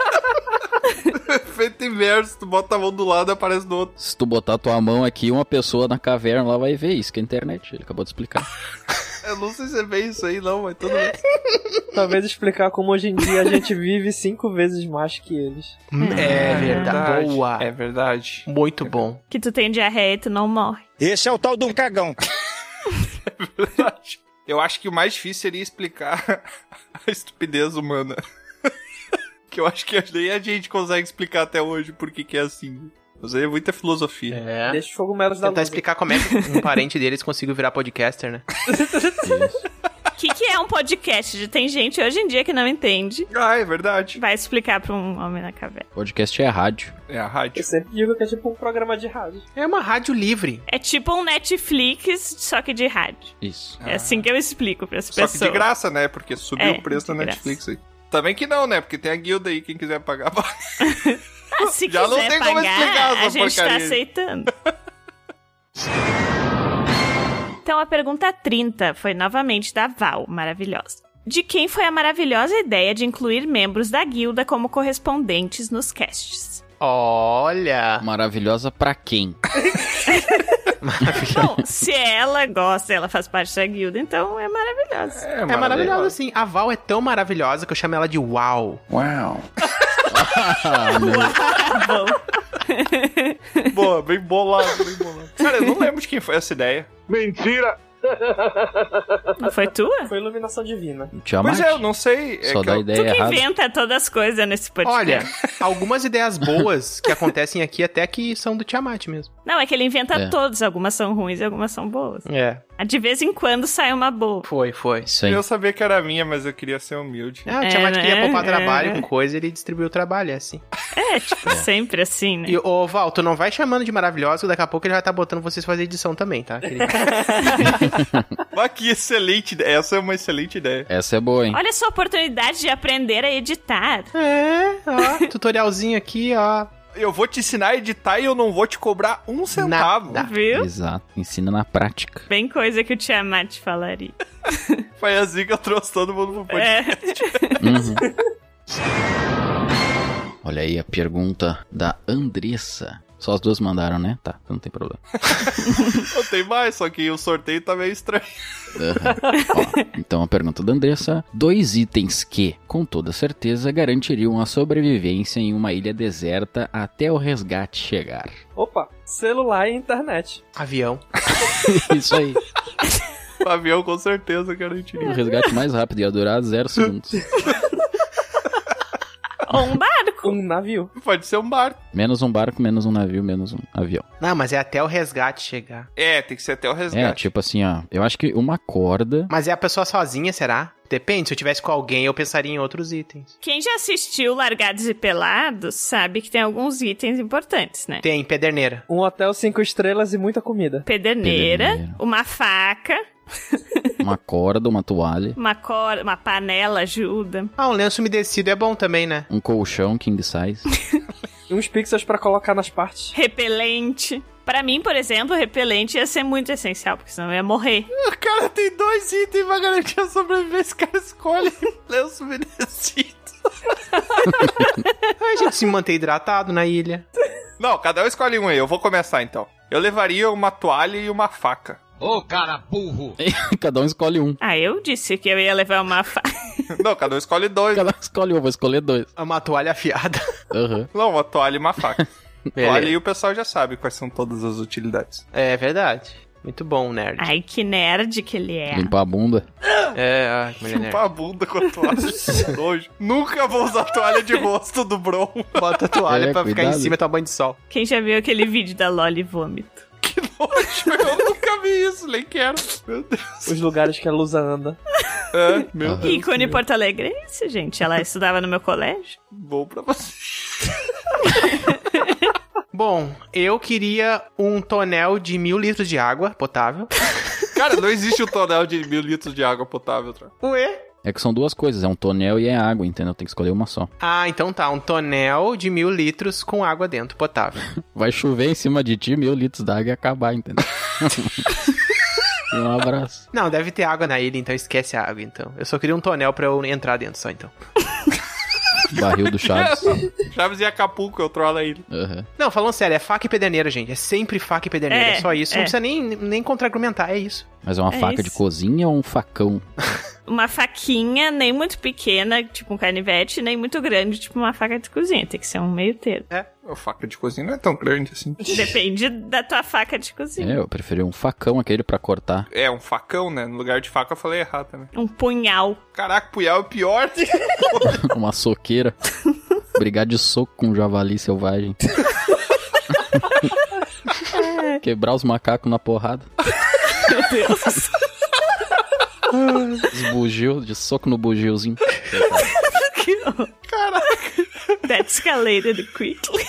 Feito inverso, tu bota a mão do lado e aparece do outro. Se tu botar tua mão aqui, uma pessoa na caverna lá vai ver isso, que é a internet. Ele acabou de explicar. Eu não sei se é bem isso aí, não, mas tudo bem. Talvez explicar como hoje em dia a gente vive cinco vezes mais que eles. É, verdade. Boa. É verdade. Muito bom. Que tu tem diarreia e tu não morre. Esse é o tal do cagão. é verdade. Eu acho que o mais difícil seria explicar a estupidez humana. que eu acho que nem a gente consegue explicar até hoje por que que é assim. Usaria muita filosofia. É. Deixa os cogumelos da Tentar lua. explicar como é que um parente deles conseguiu virar podcaster, né? O que, que é um podcast? Tem gente hoje em dia que não entende. Ah, é verdade. Vai explicar pra um homem na caverna. Podcast é rádio. É a rádio. Eu sempre digo que é tipo um programa de rádio. É uma rádio livre. É tipo um Netflix, só que de rádio. Isso. É assim que eu explico pras Ah. Só pessoas. que de graça, né? Porque subiu É, o preço da de graça. Netflix aí. Também que não, né? Porque tem a guilda aí, quem quiser pagar. Ah, se Já não quiser tem pagar, como explicar essa a gente tá porcaria. aceitando. então a pergunta 30 foi novamente da Val, maravilhosa. De quem foi a maravilhosa ideia de incluir membros da guilda como correspondentes nos casts? Olha. Maravilhosa pra quem? Bom, se ela gosta, ela faz parte da guilda, então é maravilhosa. É maravilhosa, sim. A Val é tão maravilhosa que eu chamo ela de Uau. Uau. Ah, Uau! Boa, bem bolado, bem bolado. Cara, eu não lembro de quem foi essa ideia. Mentira! Não foi tua? Foi iluminação divina. Tá Tiamat? Pois é, eu não sei. É Só que dá eu- ideia tu que errada. inventa todas as coisas nesse podcast. Olha, algumas ideias boas que acontecem aqui até que são do Tiamat mesmo. Não, é que ele inventa É. todos. Algumas são ruins e algumas são boas. É. De vez em quando sai uma boa. Foi, foi. Isso aí. Eu sabia que era minha, mas eu queria ser humilde. É, o É, Tiamat queria né? poupar É. trabalho com coisa, ele distribuiu o trabalho, é assim. É, tipo, sempre assim, né? E, ô, Val, tu não vai chamando de maravilhosa, que daqui a pouco ele vai estar botando vocês fazer edição também, tá? querido? Mas que excelente ideia. Essa é uma excelente ideia. Essa é boa, hein? Ah, Olha sua oportunidade de aprender a editar. é, ó, tutorialzinho aqui, ó. Eu vou te ensinar a editar e eu não vou te cobrar um centavo. Nada. Viu? Exato. Ensina na prática. Bem coisa que o Tiamat falaria. Foi assim que eu trouxe todo mundo pro podcast. É. Uhum. Olha aí a pergunta da Andressa. Só as duas mandaram, né? Tá, não tem problema. Não tem mais, só que o sorteio tá meio estranho. Ó, então a pergunta da Andressa: dois itens que, com toda certeza, garantiriam a sobrevivência em uma ilha deserta até o resgate chegar. Opa, celular e internet. Avião. Isso aí. O avião com certeza garantiria. O resgate mais rápido ia durar zero segundos. Ou um barco. Um navio. Pode ser um barco. Menos um barco, menos um navio, menos um avião. Não, mas é até o resgate chegar. É, tem que ser até o É, resgate. tipo assim, ó. Eu acho que uma corda. Mas é a pessoa sozinha, será? Depende, se eu tivesse com alguém, eu pensaria em outros itens. Quem já assistiu Largados e Pelados sabe que tem alguns itens importantes, né? Tem pederneira. Um hotel cinco estrelas e muita comida. Pederneira, Pederneira. uma faca, Uma corda, uma toalha. uma cor, uma panela ajuda. Ah, um lenço umedecido é bom também, né? Um colchão king size. E uns pixels pra colocar nas partes. Repelente. Pra mim, por exemplo, repelente ia ser muito essencial, porque senão eu ia morrer. O cara tem dois itens pra garantir a sobrevivência. O cara escolhe lenço umedecido. A gente se manter hidratado na ilha. Não, cada um escolhe um aí. Eu vou começar então. Eu levaria uma toalha e uma faca. Cada um escolhe um. Ah, eu disse que eu ia levar uma faca. Não, cada um escolhe dois. Cada um escolhe um, vou escolher dois. É Uma toalha afiada. Aham. Não, uma toalha e uma faca. toalha Beleza. e o pessoal já sabe quais são todas as utilidades. É verdade. Muito bom, nerd. Ai, que nerd que ele é. Hum. Limpar a bunda. É, ai, que mulher nerd. Chupar a bunda com a toalha. Nojo. Nunca vou usar toalha de rosto do Bron. Bota a toalha É, pra ficar em cuidado. cima e tomar banho de sol. Quem já viu aquele vídeo da Loli vômito? Nojo, eu nunca vi isso, nem quero. Meu Deus. Os lugares que a Lusa anda. É, meu Ah, Deus. Ícone Porto Alegrense, gente. Ela estudava no meu colégio. Bom pra você. Bom, eu queria um tonel de mil litros de água potável. Cara, não existe um tonel de mil litros de água potável, Tra. Ué? É que são duas coisas, é um tonel e é água, entendeu? Tem que escolher uma só. Ah, então tá, um tonel de mil litros com água dentro, potável. Vai chover em cima de ti, mil litros d'água e acabar, entendeu? E um abraço. Não, deve ter água na ilha, então esquece a água, então. Eu só queria um tonel pra eu entrar dentro só, então. Barril do Chaves. Chaves e Acapulco, eu trolo ele. Aham. Não, falando sério, é faca e pederneira, gente. É sempre faca e pederneira, É, é, só isso. é. Não precisa nem, nem contra-argumentar, é isso. Mas é uma É faca de isso. cozinha ou um facão? Uma faquinha, nem muito pequena, tipo um canivete, nem muito grande, tipo uma faca de cozinha. Tem que ser um meio termo. A faca de cozinha não é tão grande assim. Depende da tua faca de cozinha. É, eu preferi um facão aquele pra cortar. É, um facão, né? No lugar de faca eu falei errado também. É. Um punhal. Caraca, punhal é o pior. Uma soqueira. Brigar de soco com um javali selvagem. Quebrar os macacos na porrada. Meu Deus. Os bugio, de soco no bugiozinho. Que horror. That escalated quickly.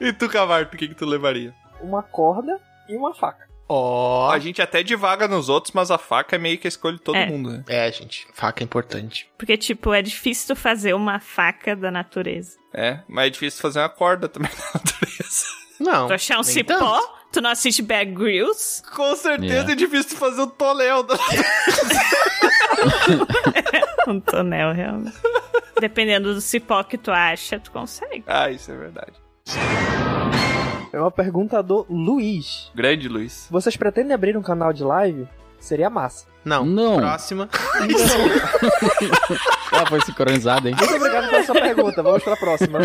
e tu, Cavarto, o que, que tu levaria? Uma corda e uma faca. Ó. A gente até divaga nos outros, mas a faca é meio que a escolha de todo É. mundo, né? É, gente, faca é importante. Porque, tipo, é difícil tu fazer uma faca da natureza. É, mas é difícil fazer uma corda também na natureza. Não. Tu achar um nem cipó, tanto. tu não assiste Bear Grylls. Com certeza É. é difícil fazer o tonel. da- Um tonel, realmente. Dependendo do cipó que tu acha, tu consegue. ah, isso é verdade. É uma pergunta do Luiz. Grande, Luiz. Vocês pretendem abrir um canal de live? Seria massa. Não. Não. Próxima. Ah, foi sincronizado, hein? Muito obrigado pela sua pergunta. Vamos pra próxima.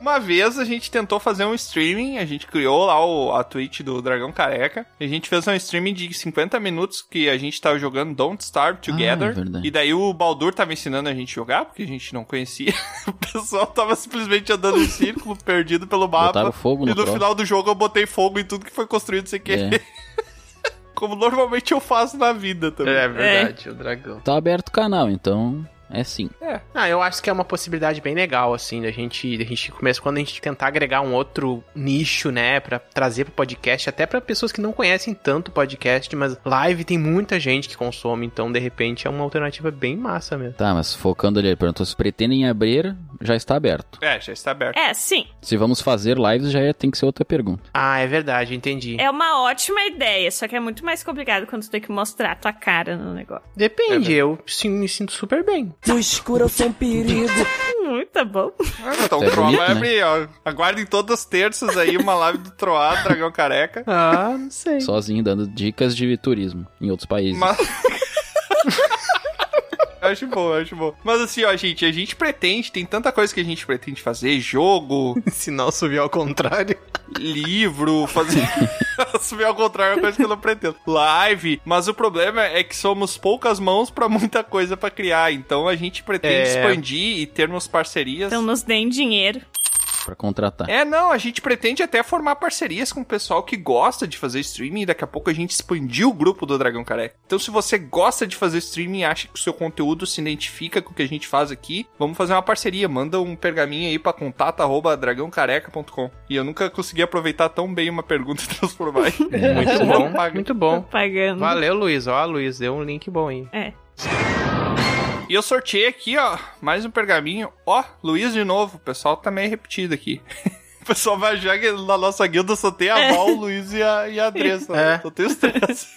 Uma vez a gente tentou fazer um streaming, a gente criou lá o, a Twitch do Dragão Careca, e a gente fez um streaming de 50 minutos que a gente tava jogando Don't Starve Ah, é Together, verdade. e daí o Baldur tava ensinando a gente jogar, porque a gente não conhecia, o pessoal tava simplesmente andando em círculo, perdido pelo Botaram mapa, fogo e no, no troço. final do jogo eu botei fogo em tudo que foi construído sem querer, É. como normalmente eu faço na vida também. É verdade, o dragão. Tá aberto o canal, então é sim. Ah, eu acho que é uma possibilidade bem legal, assim, da gente, da gente começa quando a gente tentar agregar um outro nicho, né, Pra trazer pro podcast, até pra pessoas que não conhecem tanto podcast, mas live tem muita gente que consome, então de repente é uma alternativa bem massa mesmo. Tá, mas focando ali, ele perguntou se pretendem abrir, já está aberto. É, já está aberto. É, sim. Se vamos fazer lives, já é- tem que ser outra pergunta. Ah, é verdade, entendi. É uma ótima ideia, só que é muito mais complicado quando tu tem que mostrar a tua cara no negócio. Depende, eu sim, me sinto super bem. No escuro eu sou um perigo. Muito bom. Então, É o Troá bonito, vai né? abrir, ó. Aguardem todas as terças aí uma live do Troá, Dragão Careca. Ah, não sei. Sozinho, dando dicas de turismo em outros países. Mas... Eu acho bom, eu acho bom. Mas assim, ó, gente, a gente pretende, tem tanta coisa que a gente pretende fazer, jogo, Sinal subiu ao contrário. livro, fazer... Subir ao contrário é uma coisa que eu não pretendo. Live, mas o problema é que somos poucas mãos pra muita coisa pra criar, então a gente pretende É. expandir e termos parcerias. Então nos deem dinheiro. Pra contratar. É, não, a gente pretende até formar parcerias com o pessoal que gosta de fazer streaming e daqui a pouco a gente expandir o grupo do Dragão Careca. Então, se você gosta de fazer streaming e acha que o seu conteúdo se identifica com o que a gente faz aqui, vamos fazer uma parceria. Manda um pergaminho aí pra contato.dragãocareca.com. E eu nunca consegui aproveitar tão bem uma pergunta e transformar em Muito bom, Paga. muito bom. Pagando. Valeu, Luiz. Ó, Luiz, deu um link bom aí. E eu sorteei aqui, ó, mais um pergaminho. Ó, Luiz de novo. O pessoal tá meio repetido aqui. O pessoal vai achar que na nossa guilda só tem É. a Val, o Luiz e a, e a Andressa. né? É. Só tem os três.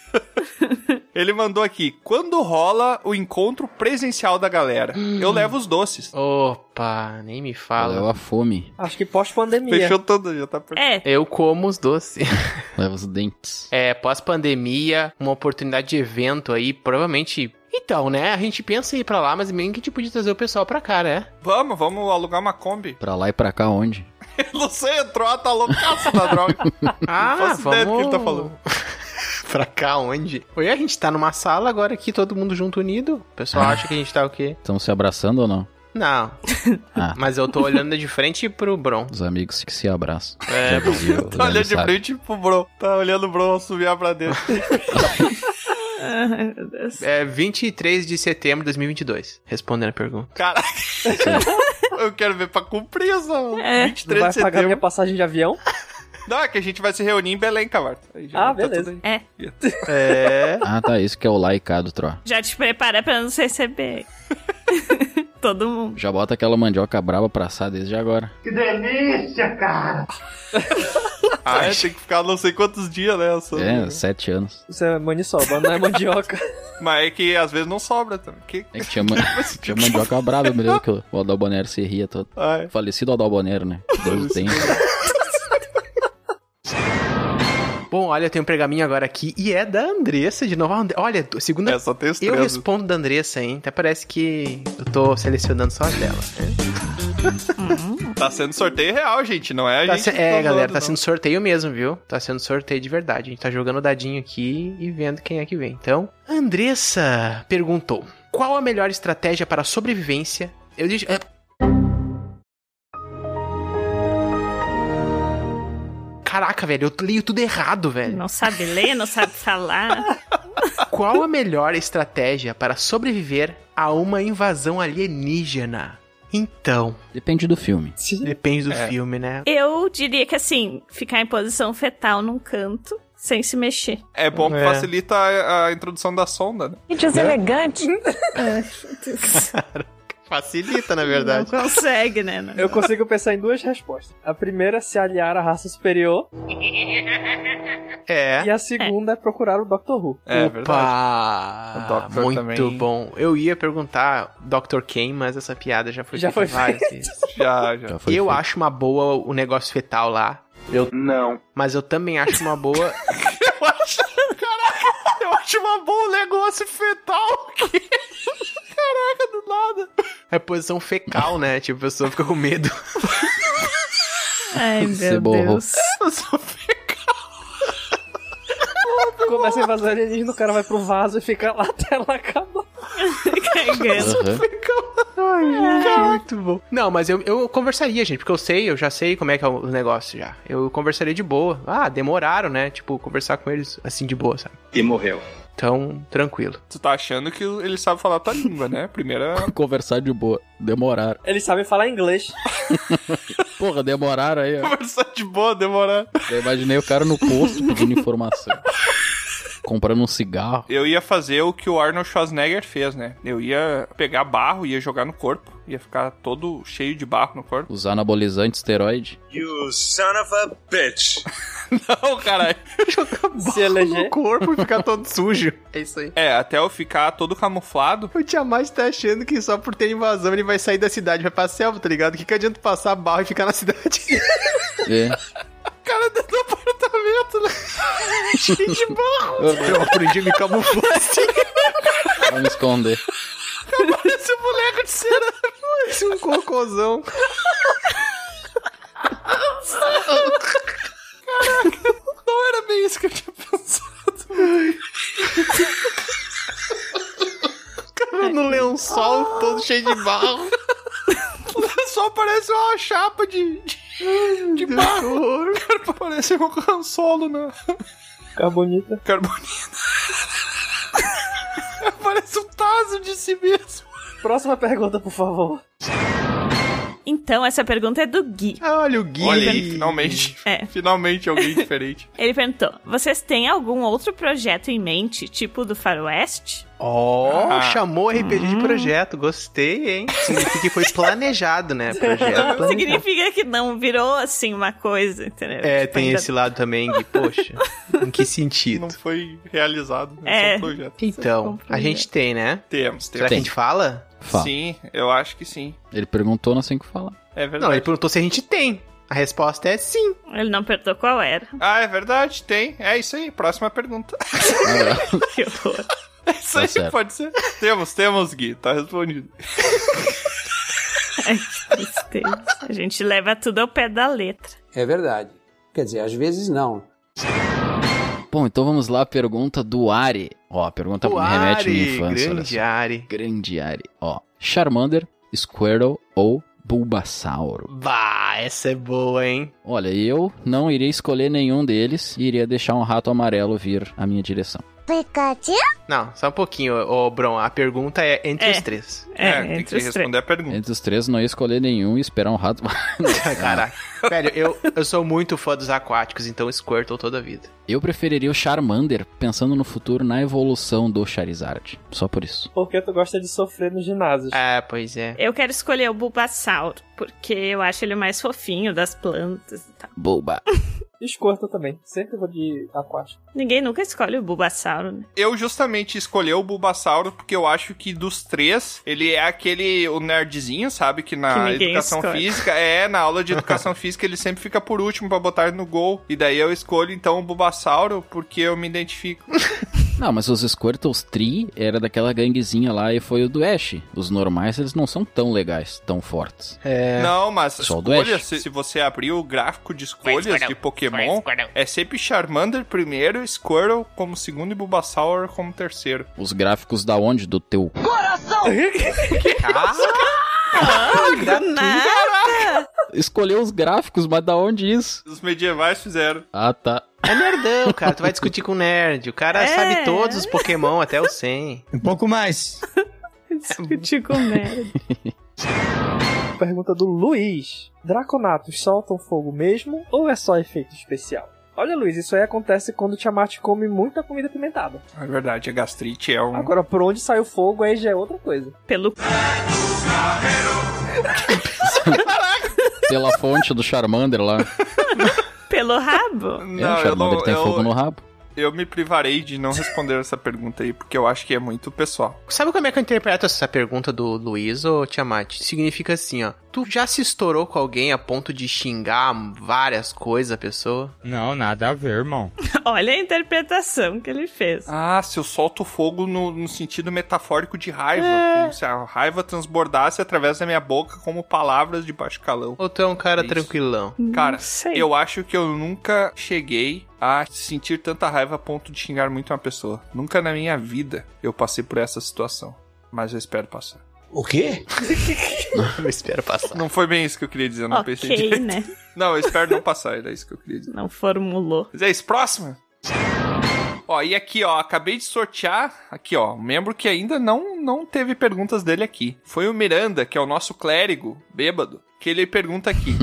Ele mandou aqui. Quando rola o encontro presencial da galera? Eu levo os doces. Opa, nem me fala. Leva a fome, Acho que pós-pandemia. Fechou tudo, já tá per... É, Eu como os doces. leva os dentes. É, pós-pandemia, uma oportunidade de evento aí, provavelmente. Então, né? A gente pensa em ir pra lá, mas meio que a gente podia trazer o pessoal pra cá, né? Vamos, vamos alugar uma Kombi. Pra lá e pra cá, onde? Eu não sei, entrou, ah, tá loucaço da droga. Ah, faço ideia do que ele tá falando. pra cá onde? Oi, a gente tá numa sala agora aqui, todo mundo junto unido. O pessoal acha que a gente tá o quê? Estão se abraçando ou não? Não. Ah. Mas eu tô olhando de frente pro Bron. Os amigos que se abraçam. É, Traduziu, Tá né, olhando de sabe? frente pro Bro. Tá olhando o Bro subir pra dentro. Ai, meu Deus. É 23 de setembro de 2022. Respondendo a pergunta. Caraca. Eu quero ver pra cumprir essa. 23 É. vai de setembro. pagar minha passagem de avião? Não, é que a gente vai se reunir em Belém, Cavarto. Aí já Ah, tá beleza. tudo É. aí. É. Ah, tá. Isso que é o laicado, Tro. Já te prepara pra nos receber. Todo mundo. Já bota aquela mandioca braba pra assar desde agora. Que delícia, cara! Ah, é, tem que ficar não sei quantos dias, né? essa- É, sete anos. Isso é maniçoba, não é mandioca. Mas é que às vezes não sobra também. Que... É que tinha, ma- tinha mandioca braba, me lembro que o- o Adalbonero se ria todo. Ai. Falecido Adalbonero, né? Deus tem. Bom, olha, eu tenho um pergaminho agora aqui e é da Andressa de novo. A Andre- Olha, do- segunda. É, só tem os eu três. respondo da Andressa, hein? Até parece que eu tô selecionando só a dela. Tá sendo sorteio real, gente, não é a Tá gente. se- que É, tá galera, zoando, tá não. sendo sorteio mesmo, viu? Tá sendo sorteio de verdade. A gente tá jogando dadinho aqui e vendo quem é que vem. Então, Andressa perguntou: Qual a melhor estratégia para a sobrevivência? Eu disse. é- Caraca, velho, eu leio tudo errado, velho. Não sabe ler, não sabe falar. Qual a melhor estratégia para sobreviver a uma invasão alienígena? Então, Depende do filme. depende do É. filme, né? Eu diria que assim, ficar em posição fetal num canto, sem se mexer. É bom que É. facilita a, a introdução da sonda, né? Gente, os elegantes. Facilita, na Não verdade. consegue, né? Não. Eu consigo pensar em duas respostas. A primeira é se aliar à raça superior, É. e a segunda é procurar o Dr. Who. É verdade. Opa! O Doctor Muito também. bom. Eu ia perguntar Dr. Ken, mas essa piada já foi Já feita foi várias vezes. Já, já. Já foi Eu feito. acho uma boa o negócio fetal lá. Eu não. Mas eu também acho uma boa. Eu acho. Caraca, eu acho uma boa negócio fetal. Que... Caraca, do nada. É posição fecal, né? Tipo, a pessoa fica com medo. Ai, Você meu borrou. Deus. Eu sou fecal. Começa a invasão alienígena, o cara vai pro vaso e fica lá até ela acabar. Cagando. Aham. Muito bom. Não, mas eu, eu conversaria, gente, porque eu sei, eu já sei como é que é o negócio já. Eu conversaria de boa. Ah, demoraram, né? Tipo, conversar com eles assim de boa, sabe? E morreu. Então, tranquilo. Tu tá achando que ele sabe falar a tua língua, né? Primeira. Conversar de boa. Demoraram. Eles sabem falar inglês. Porra, demoraram aí, ó. Conversar de boa, demorar. Eu imaginei o cara no posto pedindo informação. Comprando um cigarro. Eu ia fazer o que o Arnold Schwarzenegger fez, né? Eu ia pegar barro, ia jogar no corpo, ia ficar todo cheio de barro no corpo. Usar anabolizante, esteroide. You son of a bitch. Não, caralho. se eleger. corpo ficar todo sujo. É isso aí. É, até eu ficar todo camuflado. O Tiamat tá achando que só por ter invasão ele vai sair da cidade, vai pra selva, tá ligado? O que, que adianta passar barro e ficar na cidade? É. Cara dentro do apartamento, né? cheio de barro. Eu aprendi a me camuflar assim. Pra me esconder. Esse boneco de cera. Parece um cocôzão. Não era bem isso que eu tinha pensado. Cara, no lençol todo cheio de barro. Só parece uma chapa de, de, de barro. Cara, parece um consolo, né? Fica É bonita. Carbonina. parece um taso de si mesmo. Próxima pergunta, por favor. Então, essa pergunta é do Gui. Ah, Olha o Gui. Olha aí, finalmente. É. Finalmente alguém diferente. Ele perguntou: vocês têm algum outro projeto em mente, tipo do Faroeste? Ó, Ah. chamou RPG de projeto, gostei, hein? Significa que foi planejado, né? Projeto planejado. Significa que não virou assim uma coisa, entendeu? É, Tipo, tem ainda- esse lado também, Gui. Poxa, em que sentido? Não foi realizado. né? É. Só um projeto. Então, Você a gente tem, né? Temos, Será que temos. a Tem. gente fala? Fala. Sim, eu acho que sim. Ele perguntou, não sei o que falar. É Não, ele verdade. perguntou se a gente tem. A resposta é sim. Ele não perguntou qual era. Ah, é verdade, tem. É isso aí, próxima pergunta. Que horror. É isso Tá aí, certo. pode ser. Temos, temos, Gui, tá respondido. Ai, que tristeza. A gente leva tudo ao pé da letra. É verdade. Quer dizer, às vezes não. Bom, então vamos lá, pergunta do Ari. Ó, a pergunta O me Tá remete à minha Ari, infância. olha grande só. Ari. grande Ari. Ó, Charmander, Squirtle ou Bulbasauro? Bah, essa é boa, hein? Olha, eu não iria escolher nenhum deles e iria deixar um rato amarelo vir à minha direção. Pikachu? Não, só um pouquinho, ô Bron. A pergunta é entre É. os três. É, É, tem entre que os responder a pergunta. Entre os três, não ia escolher nenhum e esperar um rato. Caraca. Velho, eu, eu sou muito fã dos aquáticos, então Squirtle toda a vida. Eu preferiria o Charmander, pensando no futuro, na evolução do Charizard. Só por isso. Porque tu gosta de sofrer nos ginásios. É, pois é. Eu quero escolher o Bulbasaur, porque eu acho ele o mais fofinho das plantas e tal. Boba. Escorto também. Sempre vou de aquático. Ninguém nunca escolhe o Bulbasauro, né? Eu justamente escolhi o Bulbasauro porque eu acho que dos três, ele é aquele o nerdzinho, sabe? Que na Que ninguém educação escolhe. física, é, na aula de educação física, ele sempre fica por último pra botar no gol. E daí eu escolho então o Bulbasauro porque eu me identifico. Não, mas os Squirtles Tree era daquela ganguezinha lá e foi o do Ash. Os normais, eles não são tão legais, tão fortes. É. Não, mas Só o do escolhas, Ash. se, se você abrir o gráfico de um, escolhas de Pokémon, é sempre Charmander primeiro, Squirtle como segundo e Bulbasaur como terceiro. Os gráficos da onde? Do teu. Coração! Tá Nada! Escolheu os gráficos, mas da onde isso? Os medievais fizeram. Ah, tá. É nerdão, cara. Tu vai discutir com o nerd. O cara É. sabe todos os Pokémon, até o 100. Um pouco mais. Discutir com merda. Pergunta do Luiz. Draconatos soltam fogo mesmo ou é só efeito especial? Olha, Luiz, isso aí acontece quando o Tiamat come muita comida apimentada. É verdade, a gastrite é um. Agora, por onde sai o fogo aí já é outra coisa. Pelo... Pela fonte do Charmander lá. Pelo rabo? é, o eu Charmander não- tem eu- fogo no rabo. Eu me privarei de não responder essa pergunta aí, porque eu acho que é muito pessoal. Sabe como é que eu interpreto essa pergunta do Luiz ou Tiamat? Significa assim, ó. Tu já se estourou com alguém a ponto de xingar várias coisas a pessoa? Não, nada a ver, irmão. Olha a interpretação que ele fez. Ah, se eu solto fogo no, no sentido metafórico de raiva, É. como se a raiva transbordasse através da minha boca como palavras de baixo calão. Ou tu é um cara Isso. tranquilão? Cara, eu acho que eu nunca cheguei a sentir tanta raiva a ponto de xingar muito uma pessoa. Nunca na minha vida eu passei por essa situação. Mas eu espero passar. O quê? eu espero passar. Não foi bem isso que eu queria dizer, eu não Ok, pensei direito. né? Não, eu espero não passar, era isso que eu queria dizer. Não formulou. Mas é isso, próxima? Ó, e aqui, ó, acabei de sortear, aqui, ó, um membro que ainda não, não teve perguntas dele aqui. Foi o Miranda, que é o nosso clérigo, bêbado, que ele pergunta aqui.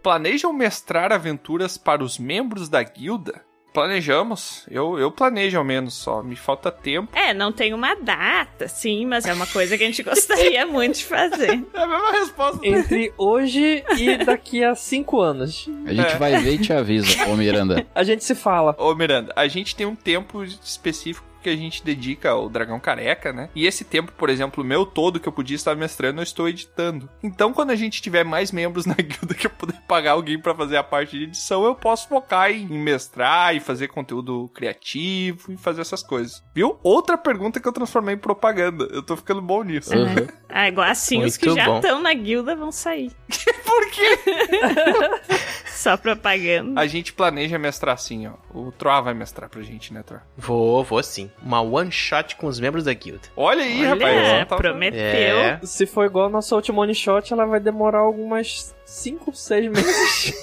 Planejam mestrar aventuras para os membros da guilda? Planejamos. Eu, eu planejo ao menos só. Me falta tempo. É, não tem uma data, sim, mas é uma coisa que a gente gostaria muito de fazer. É a mesma resposta. Entre hoje e daqui a cinco anos. A gente vai ver e te avisa, ô Miranda. A gente se fala. Ô, Miranda, a gente tem um tempo específico que a gente dedica ao Dragão Careca, né? E esse tempo, por exemplo, o meu todo que eu podia estar mestrando, eu estou editando. Então, quando a gente tiver mais membros na guilda que eu puder pagar alguém pra fazer a parte de edição, eu posso focar em mestrar e fazer conteúdo criativo e fazer essas coisas. Viu? Outra pergunta que eu transformei em propaganda. Eu tô ficando bom nisso. Hum. Uhum. Ah, igual assim, os que Muito já bom. estão na guilda vão sair. Por quê? Só propaganda. A gente planeja mestrar sim, ó. O Troá vai mestrar pra gente, né, Troá? Vou, vou sim. Uma one shot com os membros da guilda. Olha aí, Olha, rapaz. é, ó, tá- prometeu. É. Se for igual ao nosso último one shot, ela vai demorar algumas cinco, seis meses.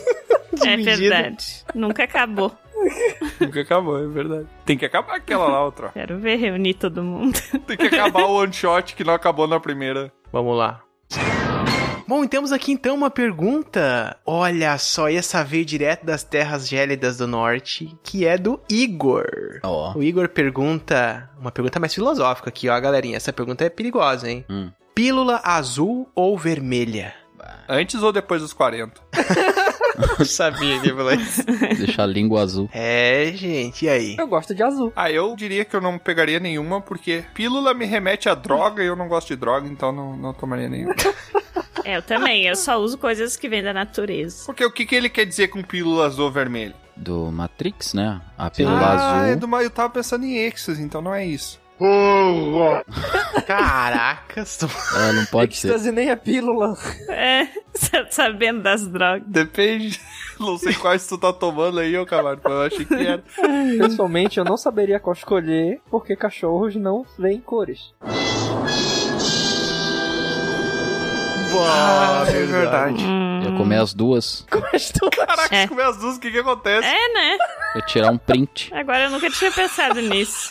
É medida. verdade. Nunca acabou. Nunca acabou, é verdade. Tem que acabar aquela lá, outra. Quero ver reunir todo mundo. Tem que acabar o one shot que não acabou na primeira. Vamos lá. Bom, e temos aqui então uma pergunta. Olha só, essa veio direto das terras gélidas do norte, que é do Igor. O Igor pergunta, uma pergunta mais filosófica aqui, ó, galerinha. Essa pergunta é perigosa, hein? Pílula azul ou vermelha? Antes ou depois dos 40? Eu sabia que ia falar isso. Deixar a língua azul. É, gente, e aí? Eu gosto de azul. Ah, eu diria que eu não pegaria nenhuma, porque pílula me remete a droga e eu não gosto de droga, então não, não tomaria nenhuma. É, eu também. Eu só uso coisas que vêm da natureza. Porque o que, que ele quer dizer com pílula azul vermelha? Do Matrix, né? A pílula ah, azul. é do ma- eu tava pensando em êxtase, então não é isso. Caracas, tu... Ah, não pode ser. Êxtase nem é pílula. É, sabendo das drogas. Depende. Não sei quais tu tá tomando aí, ô Camargo, mas eu achei que era. Pessoalmente, eu não saberia qual escolher, porque cachorros não veem cores. Ah, é verdade. Eu comer as duas, Caraca, se comer as duas, o que que acontece? É, né? eu tirar um print. Agora eu nunca tinha pensado nisso.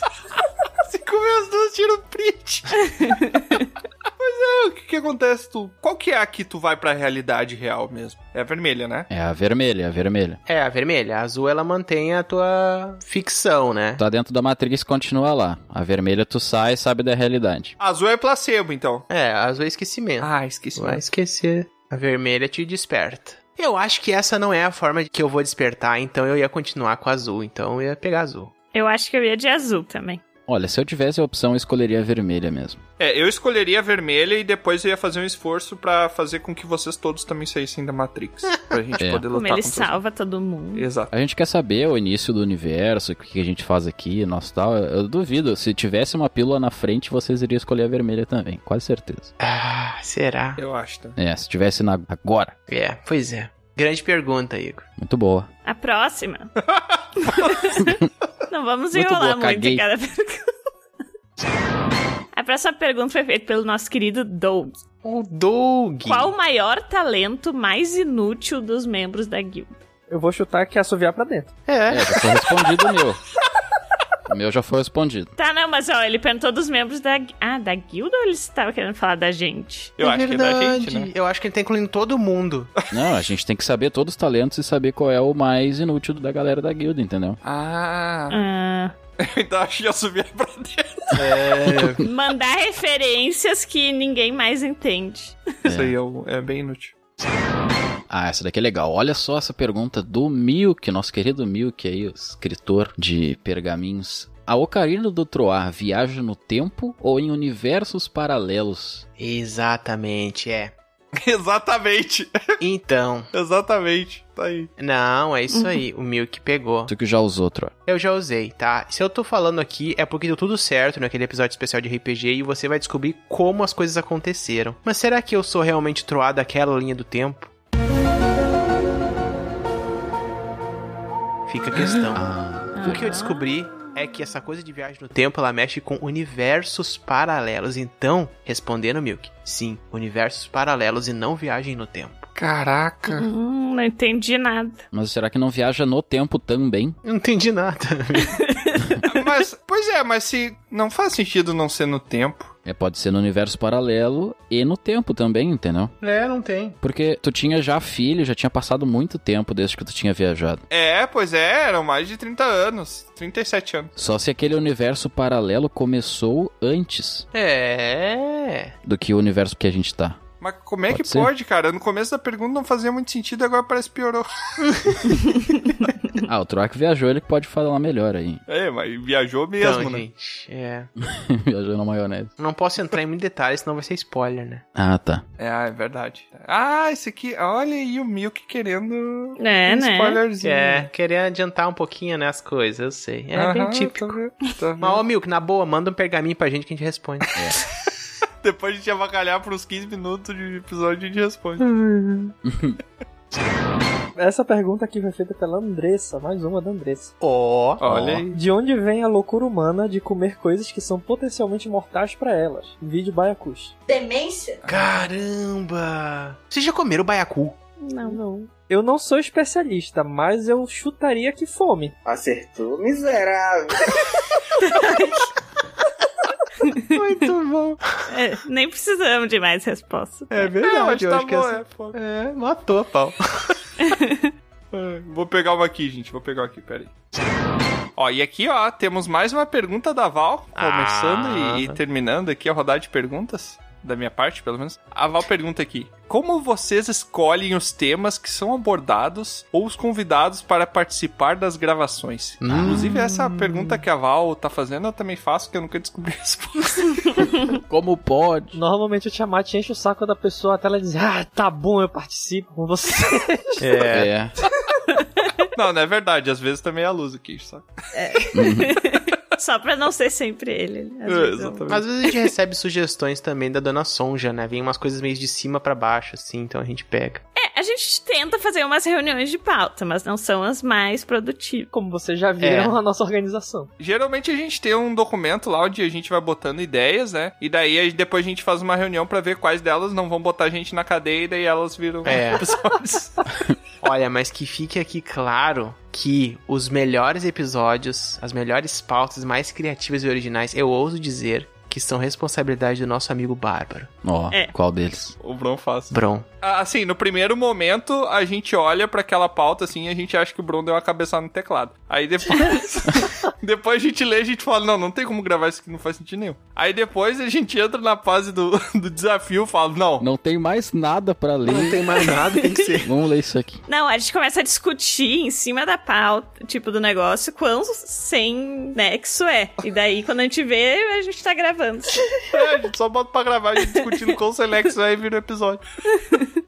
Se comer as duas, tira o print. Mas é, o que que acontece? Tu, qual que é a que tu vai pra realidade real mesmo? É a vermelha, né? É a vermelha, a vermelha. É, a vermelha. A azul ela mantém a tua ficção, né? Tá dentro da matriz, continua lá. A vermelha tu sai e sabe da realidade. Azul é placebo, então. É, a azul é esquecimento. Ah, esqueci. Vai esquecer. A vermelha te desperta. Eu acho que essa não é a forma de que eu vou despertar, então eu ia continuar com a azul, então eu ia pegar a azul. Eu acho que eu ia de azul também. Olha, se eu tivesse a opção, eu escolheria a vermelha mesmo. É, eu escolheria a vermelha e depois eu ia fazer um esforço pra fazer com que vocês todos também saíssem da Matrix. Pra gente É. poder lutar Como contra ele os- salva todo mundo. Exato. A gente quer saber o início do universo, o que a gente faz aqui, nosso tal. Eu duvido. Se tivesse uma pílula na frente, vocês iriam escolher a vermelha também, quase certeza. Ah, será? Eu acho, tá? É, se tivesse na... agora. É, pois é. Grande pergunta, Igor. Muito boa. A próxima. Não vamos Muito enrolar boa, muito caguei. em cada pergunta. A próxima pergunta foi feita pelo nosso querido Doug. O Doug. Qual o maior talento mais inútil dos membros da guilda? Eu vou chutar que é assoviar pra dentro. É, já foi respondido o meu. O meu já foi respondido. Tá, não, mas ó, ele perguntou dos membros da. gui- Ah, da guilda ou ele estava querendo falar da gente? Eu é acho verdade. que é da gente, né? Eu acho que ele tá incluindo todo mundo. Não, a gente tem que saber todos os talentos e saber qual é o mais inútil da galera da guilda, entendeu? Ah. Ah, Então acho que ia subir pra dentro. mandar referências que ninguém mais entende. Isso aí é, o- é bem inútil. Ah, essa daqui é legal. Olha só essa pergunta do Milk, nosso querido Milk aí, o escritor de pergaminhos. A Ocarina do Troar viaja no tempo ou em universos paralelos? Exatamente, é. Exatamente. Então, Exatamente. Tá aí. não, é isso aí. O Milk pegou. Tu que já usou, Troar. Eu já usei, tá? Se eu tô falando aqui é porque deu tudo certo naquele episódio especial de RPG e você vai descobrir como as coisas aconteceram. Mas será que eu sou realmente troado daquela linha do tempo? Fica a questão. O que eu descobri é que essa coisa de viagem no tempo ela mexe com universos paralelos. Então, respondendo, Milk, sim, universos paralelos e não viagem no tempo. Caraca. Hum, não entendi nada. Mas será que não viaja no tempo também? Eu não entendi nada. mas, pois é, mas se não faz sentido não ser no tempo. É, pode ser no universo paralelo e no tempo também, entendeu? é, não tem. Porque tu tinha já filho, já tinha passado muito tempo desde que tu tinha viajado. É, pois é, eram mais de 30 anos. 37 anos. Só se aquele universo paralelo começou antes É. do que o universo que a gente tá. Mas como é Pode que ser. pode, cara? No começo da pergunta não fazia muito sentido, agora parece que piorou. Ah, o Troar que viajou, ele que pode falar melhor aí. É, mas viajou mesmo, Então, né? gente, é. viajou na maionese. Não posso entrar em muito detalhe, senão vai ser spoiler, né? Ah, tá. É, ah, é verdade. Ah, esse aqui, olha aí o Milk querendo É, um né? spoilerzinho. É, querer adiantar um pouquinho, né, as coisas, eu sei. É Aham, bem típico. Tá vendo? Tá Mas, vendo? ô, Milk, na boa, manda um pergaminho pra gente que a gente responde. Depois de te avacalhar por uns 15 minutos de episódio, a gente responde. Hum. Essa pergunta aqui foi feita pela Andressa, mais uma da Andressa. Ó, Olha ó. aí. De onde vem a loucura humana de comer coisas que são potencialmente mortais pra elas? Vídeo Baiacus. Demência? Caramba! Vocês já comeram baiacu? Não, não. Eu não sou especialista, mas eu chutaria que fome. Acertou, miserável. Muito bom. É, nem precisamos de mais resposta. É Não, verdade, eu acho que bom, essa... é, pô. É, matou a pau. É, Vou pegar uma aqui, gente. Vou pegar uma aqui, peraí. Ó, e aqui, ó, temos mais uma pergunta da Val, começando e, e Ah. terminando aqui a rodada de perguntas, da minha parte, pelo menos. A Val pergunta aqui: Como vocês escolhem os temas que são abordados ou os convidados para participar das gravações? Hum. Inclusive, essa pergunta que a Val tá fazendo, eu também faço, que eu nunca descobri a resposta. Como pode? Normalmente o Tiamat enche o saco da pessoa até ela dizer, ah, tá bom, eu participo com você. É. É. não, não é verdade, às vezes também é a luz aqui, sabe? Só pra não ser sempre ele. né? Às É, vezes eu- Às vezes a gente recebe sugestões também da dona Sonja, né? Vem umas coisas meio de cima pra baixo, assim, então a gente pega. É, A gente tenta fazer umas reuniões de pauta, mas não são as mais produtivas. Como vocês já viram É. na nossa organização. Geralmente a gente tem um documento lá onde a gente vai botando ideias, né? E daí a- depois a gente faz uma reunião pra ver quais delas não vão botar a gente na cadeia e daí elas viram É. episódios. Olha, mas que fique aqui claro que os melhores episódios, as melhores pautas mais criativas e originais, eu ouso dizer que são responsabilidade do nosso amigo Bárbaro. Ó, É. qual deles? O Bron faz. Bron. Ah, Assim, no primeiro momento a gente olha pra aquela pauta assim e a gente acha que o Bruno deu uma cabeçada no teclado. Aí depois. depois a gente lê e a gente fala: não, não tem como gravar isso aqui, não faz sentido nenhum. Aí depois a gente entra na fase do, do desafio e fala: não. Não tem mais nada pra ler. Não tem mais nada, tem que ser. Vamos ler isso aqui. Não, a gente começa a discutir em cima da pauta, tipo, do negócio, quão sem nexo é. E daí, quando a gente vê, a gente tá gravando. É, a gente só bota pra gravar, a gente discutindo com o Selex aí vira o episódio.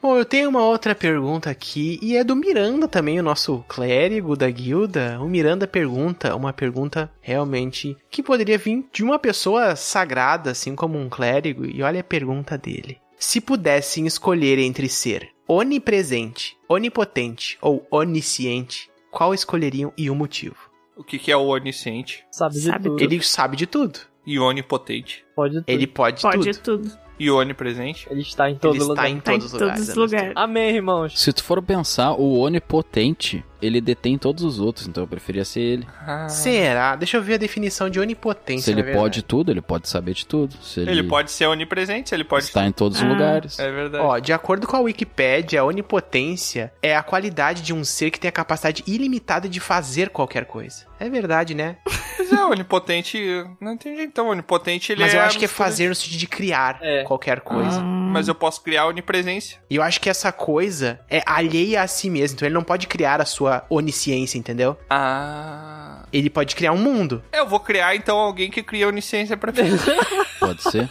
Bom, eu tenho uma outra pergunta aqui, e é do Miranda também, o nosso clérigo da guilda. O Miranda pergunta uma pergunta realmente que poderia vir de uma pessoa sagrada, assim como um clérigo, e olha a pergunta dele. Se pudessem escolher entre ser onipresente, onipotente ou onisciente, qual escolheriam e o motivo? O que, que é o onisciente? Sabe de Sabe tudo. tudo. Ele sabe de tudo. E onipotente. Pode tudo. Ele pode, Pode tudo. tudo. E onipresente? Ele está em todo Ele está lugar. em todos Tá em lugares, todos os né? lugares. Amém, irmãos. Se tu for pensar, o onipotente, ele detém todos os outros, então eu preferia ser ele. Será? Deixa eu ver a definição de onipotência. Se ele na verdade. pode tudo, ele pode saber de tudo. Se ele, Ele pode ser onipresente, ele pode. estar em todos os Ah. lugares. É verdade. Ó, de acordo com a Wikipédia, a onipotência é a qualidade de um ser que tem a capacidade ilimitada de fazer qualquer coisa. É verdade, né? Pois é, onipotente. Não entendi então. Onipotente ele Mas é. eu acho que é mistura de- fazer no sentido de criar qualquer Ah. coisa. Mas eu posso criar onipresença. E eu acho que essa coisa é alheia a si mesmo. Então ele não pode criar a sua onisciência, entendeu? Ah. Ele pode criar um mundo. Eu vou criar então alguém que cria onisciência pra mim. Pode ser.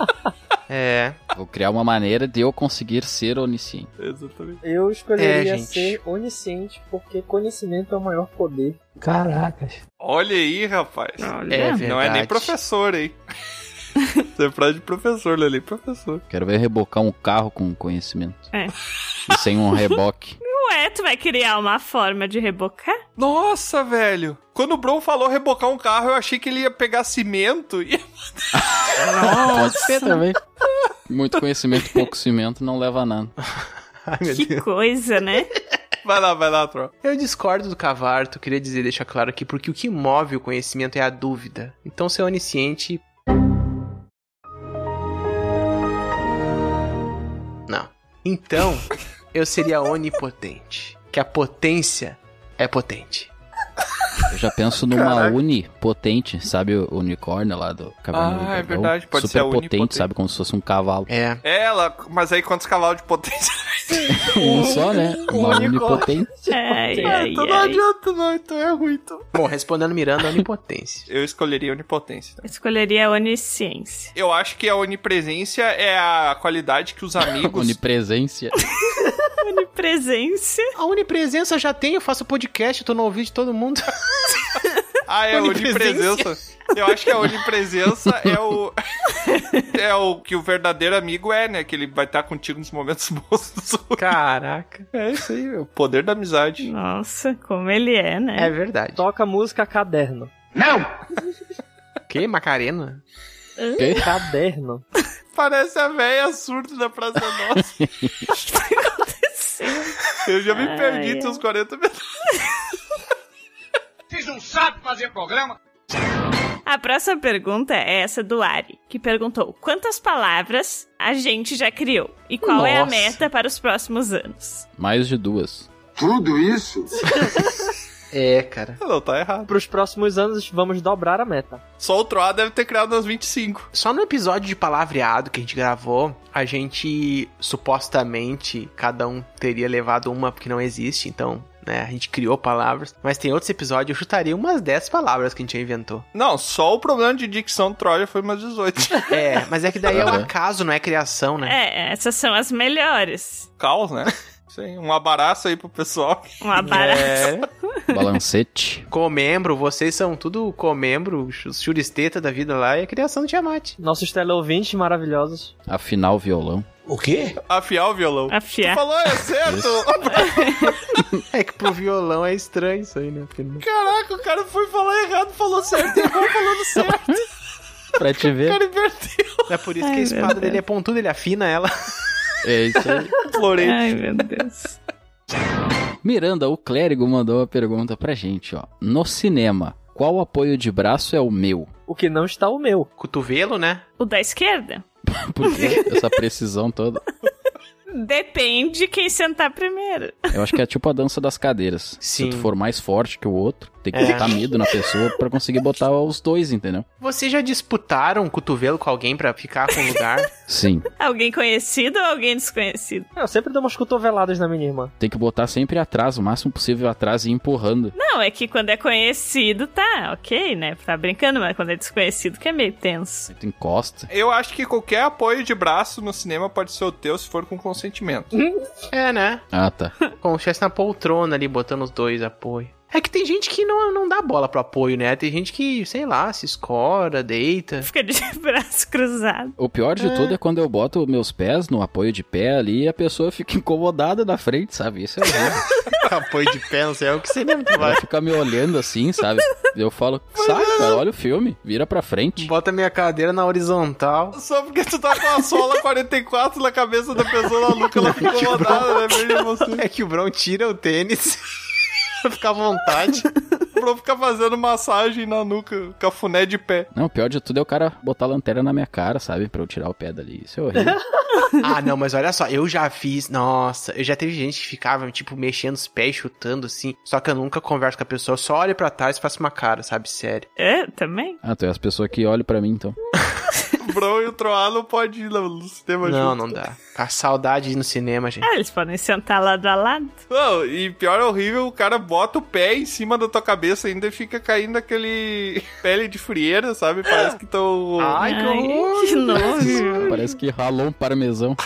É. Vou criar uma maneira de eu conseguir ser onisciente. Exatamente. Eu escolheria É, gente. ser onisciente, porque conhecimento é o maior poder. Caracas. Olha aí, rapaz. É Não é nem verdade. professor, hein? Você é frase de professor, Lele, professor. Quero ver rebocar um carro com conhecimento. É. E sem um reboque. Ué, tu vai criar uma forma de rebocar? Nossa, velho. Quando o Bron falou rebocar um carro, eu achei que ele ia pegar cimento e. Pode ser também. Muito conhecimento, pouco cimento, não leva a nada. Ai, meu Que coisa, né? Vai lá, vai lá, Tro. Eu discordo do Cavarto, queria dizer, deixar claro aqui, porque o que move o conhecimento é a dúvida. Então ser onisciente. Não. Então, eu seria onipotente. Que a potência é potente. Eu já penso numa Caraca. uni potente, sabe o unicórnio lá do cavalo? Ah, é verdade, pode ser Super a potente, unipotente. sabe? Como se fosse um cavalo. É. Ela, mas aí quantos cavalos de potência? Um só, né? Uma onipotente. Ai, Ah, ai, então não ai. adianta, não. Então é ruim, então. Bom, respondendo Miranda, onipotência. Eu escolheria onipotência. Escolheria a onisciência. Eu acho que a onipresença é a qualidade que os amigos. Onipresença. Onipresença. A onipresença já tem, eu faço podcast, eu tô no ouvido de todo mundo. ah, é a Onipresença. onipresença. Eu acho que a onipresença é o. é o que o verdadeiro amigo é, né? Que ele vai estar contigo nos momentos bons do seu. Caraca. É isso aí, meu. Poder da amizade. Nossa, como ele é, né? É verdade. Toca música caderno. Que Macarena? Que? Caderno. Parece a véia surda da Praça Nossa. Eu já me Ai, perdi ai. entre os 40 minutos. Vocês não sabem fazer programa? A próxima pergunta é essa do Ari, que perguntou quantas palavras a gente já criou e qual é a Nossa. meta para os próximos anos. Mais de duas. Tudo isso? É, cara. Não, tá errado. Para os próximos anos, vamos dobrar a meta. Só o Troá deve ter criado umas 25. Só no episódio de palavreado que a gente gravou, a gente supostamente cada um teria levado uma porque não existe, então, né, a gente criou palavras, mas tem outros episódios, eu chutaria umas 10 palavras que a gente já inventou. Não, só o problema de dicção do Troá já foi umas 18. É, mas é que daí é um Aham. acaso, não é criação, né? É, essas são as melhores. Caos, né? Isso aí, um abraço aí pro pessoal. Um abraço. Balancete. Comembro, vocês são tudo comembro, chu- churisteta da vida lá, e a criação do Tiamat. Nossos teleouvintes maravilhosos. Afinal, violão. O quê? Afiar o violão. Afiar. Tu falou, é certo? é que pro violão é estranho isso aí, né? Porque não- Caraca, o cara foi falar errado, falou certo e agora falando certo. Pra te O cara ver. inverteu. É por isso Ai, que a espada meu dele é pontuda, ele afina ela. É isso aí. Florete. Ai, meu Deus. Miranda, o clérigo, mandou uma pergunta pra gente, ó. No cinema, qual apoio de braço é o meu? O que não está o meu. Cotovelo, né? O da esquerda? Por que essa precisão toda? Depende de quem sentar primeiro. Eu acho que é tipo a dança das cadeiras. Sim. Se tu for mais forte que o outro, tem que É. botar medo na pessoa pra conseguir botar os dois, entendeu? Vocês já disputaram um cotovelo com alguém pra ficar com o lugar? Sim. Alguém conhecido ou alguém desconhecido? Ah, Eu sempre dou umas cotoveladas na minha irmã. Tem que botar sempre atrás, o máximo possível atrás e ir empurrando. Não, é que quando é conhecido, tá, ok, né? Tá brincando, mas quando é desconhecido que é meio tenso. Tu encosta. Eu acho que qualquer apoio de braço no cinema pode ser o teu se for com consentimento. é, né? Ah, tá. Como se estivesse na poltrona ali, botando os dois apoio. É que tem gente que não, não dá bola pro apoio, né? Tem gente que, sei lá, se escora, deita. Fica de braço cruzado. O pior de É. tudo é quando eu boto meus pés no apoio de pé ali e a pessoa fica incomodada na frente, sabe? Isso é horrível. apoio de pé, não sei, é o que você mesmo Ela fica me olhando assim, sabe? Eu falo, sai, cara, olha o filme, vira pra frente. Bota minha cadeira na horizontal. Só porque tu tá com a sola 44 na cabeça da pessoa maluca, ela ficou rodada, né? Veja você. É que o Brown tira o tênis. pra ficar à vontade. Pra eu ficar fazendo massagem na nuca, cafuné de pé. Não, o pior de tudo é o cara botar a lanterna na minha cara, sabe? Pra eu tirar o pé dali. Isso é horrível. Ah, não, mas olha só, eu já fiz. Nossa, eu já teve gente que ficava, tipo, mexendo os pés, chutando assim. Só que eu nunca converso com a pessoa, eu só olho pra trás e faço uma cara, sabe? Sério. É, também? Ah, tu é as pessoas que olham pra mim, então. O Bro e o Troá não pode ir no cinema Não, junto. não dá. A saudade de ir no cinema, gente. Ah, eles podem sentar lado a lado. Não, e pior é horrível, o cara bota o pé em cima da tua cabeça ainda e fica caindo aquele pele de frieira, sabe? Parece que tão... Ai, que horror. que nojo. Parece que ralou um parmesão. tá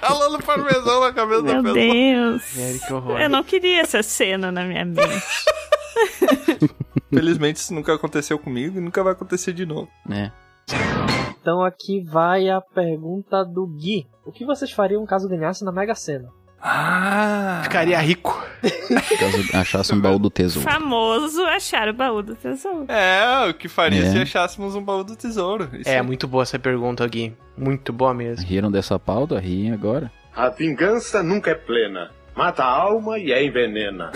ralando parmesão na cabeça da Meu pessoa. Deus. Sério, É, que horror. Eu não queria essa cena na minha mente. Felizmente isso nunca aconteceu comigo e nunca vai acontecer de novo. É. Então aqui vai a pergunta do Gui. O que vocês fariam caso ganhasse na Mega Sena? Ah! Ficaria rico. Caso achasse um baú do tesouro. Famoso achar o baú do tesouro. É, o que faria É. se achássemos um baú do tesouro. Isso É, muito boa essa pergunta, Gui. Muito boa mesmo. Riram dessa pauta? Riem agora. A vingança nunca é plena. Mata a alma e a envenena.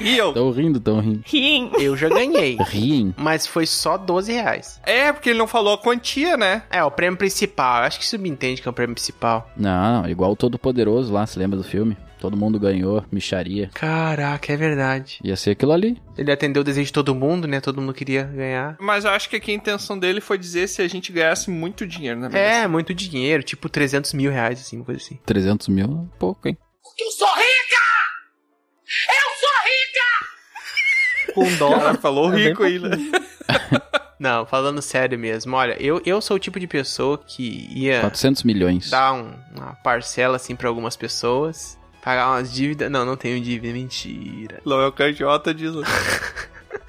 E eu? Tão rindo, tão rindo. Riem. Eu já ganhei, Riem. mas foi só 12 reais. É, porque ele não falou a quantia, né? É, o prêmio principal. Eu acho que subentende que é o prêmio principal. Não, igual o Todo Poderoso lá, se lembra do filme? Todo mundo ganhou, micharia. Caraca, é verdade. Ia ser aquilo ali. Ele atendeu o desejo de todo mundo, né? Todo mundo queria ganhar. Mas eu acho que aqui a intenção dele foi dizer se a gente ganhasse muito dinheiro, né? É, muito dinheiro, tipo 300 mil reais, assim, uma coisa assim. 300 mil, pouco, hein? Com Cara, Um falou É bem rico aí, né? Não, falando sério mesmo, olha, eu, eu sou o tipo de pessoa que ia 400 milhões. dar um- uma parcela, assim, pra algumas pessoas, pagar umas dívidas. Não, não tenho dívida, mentira. Não é o candiota diz.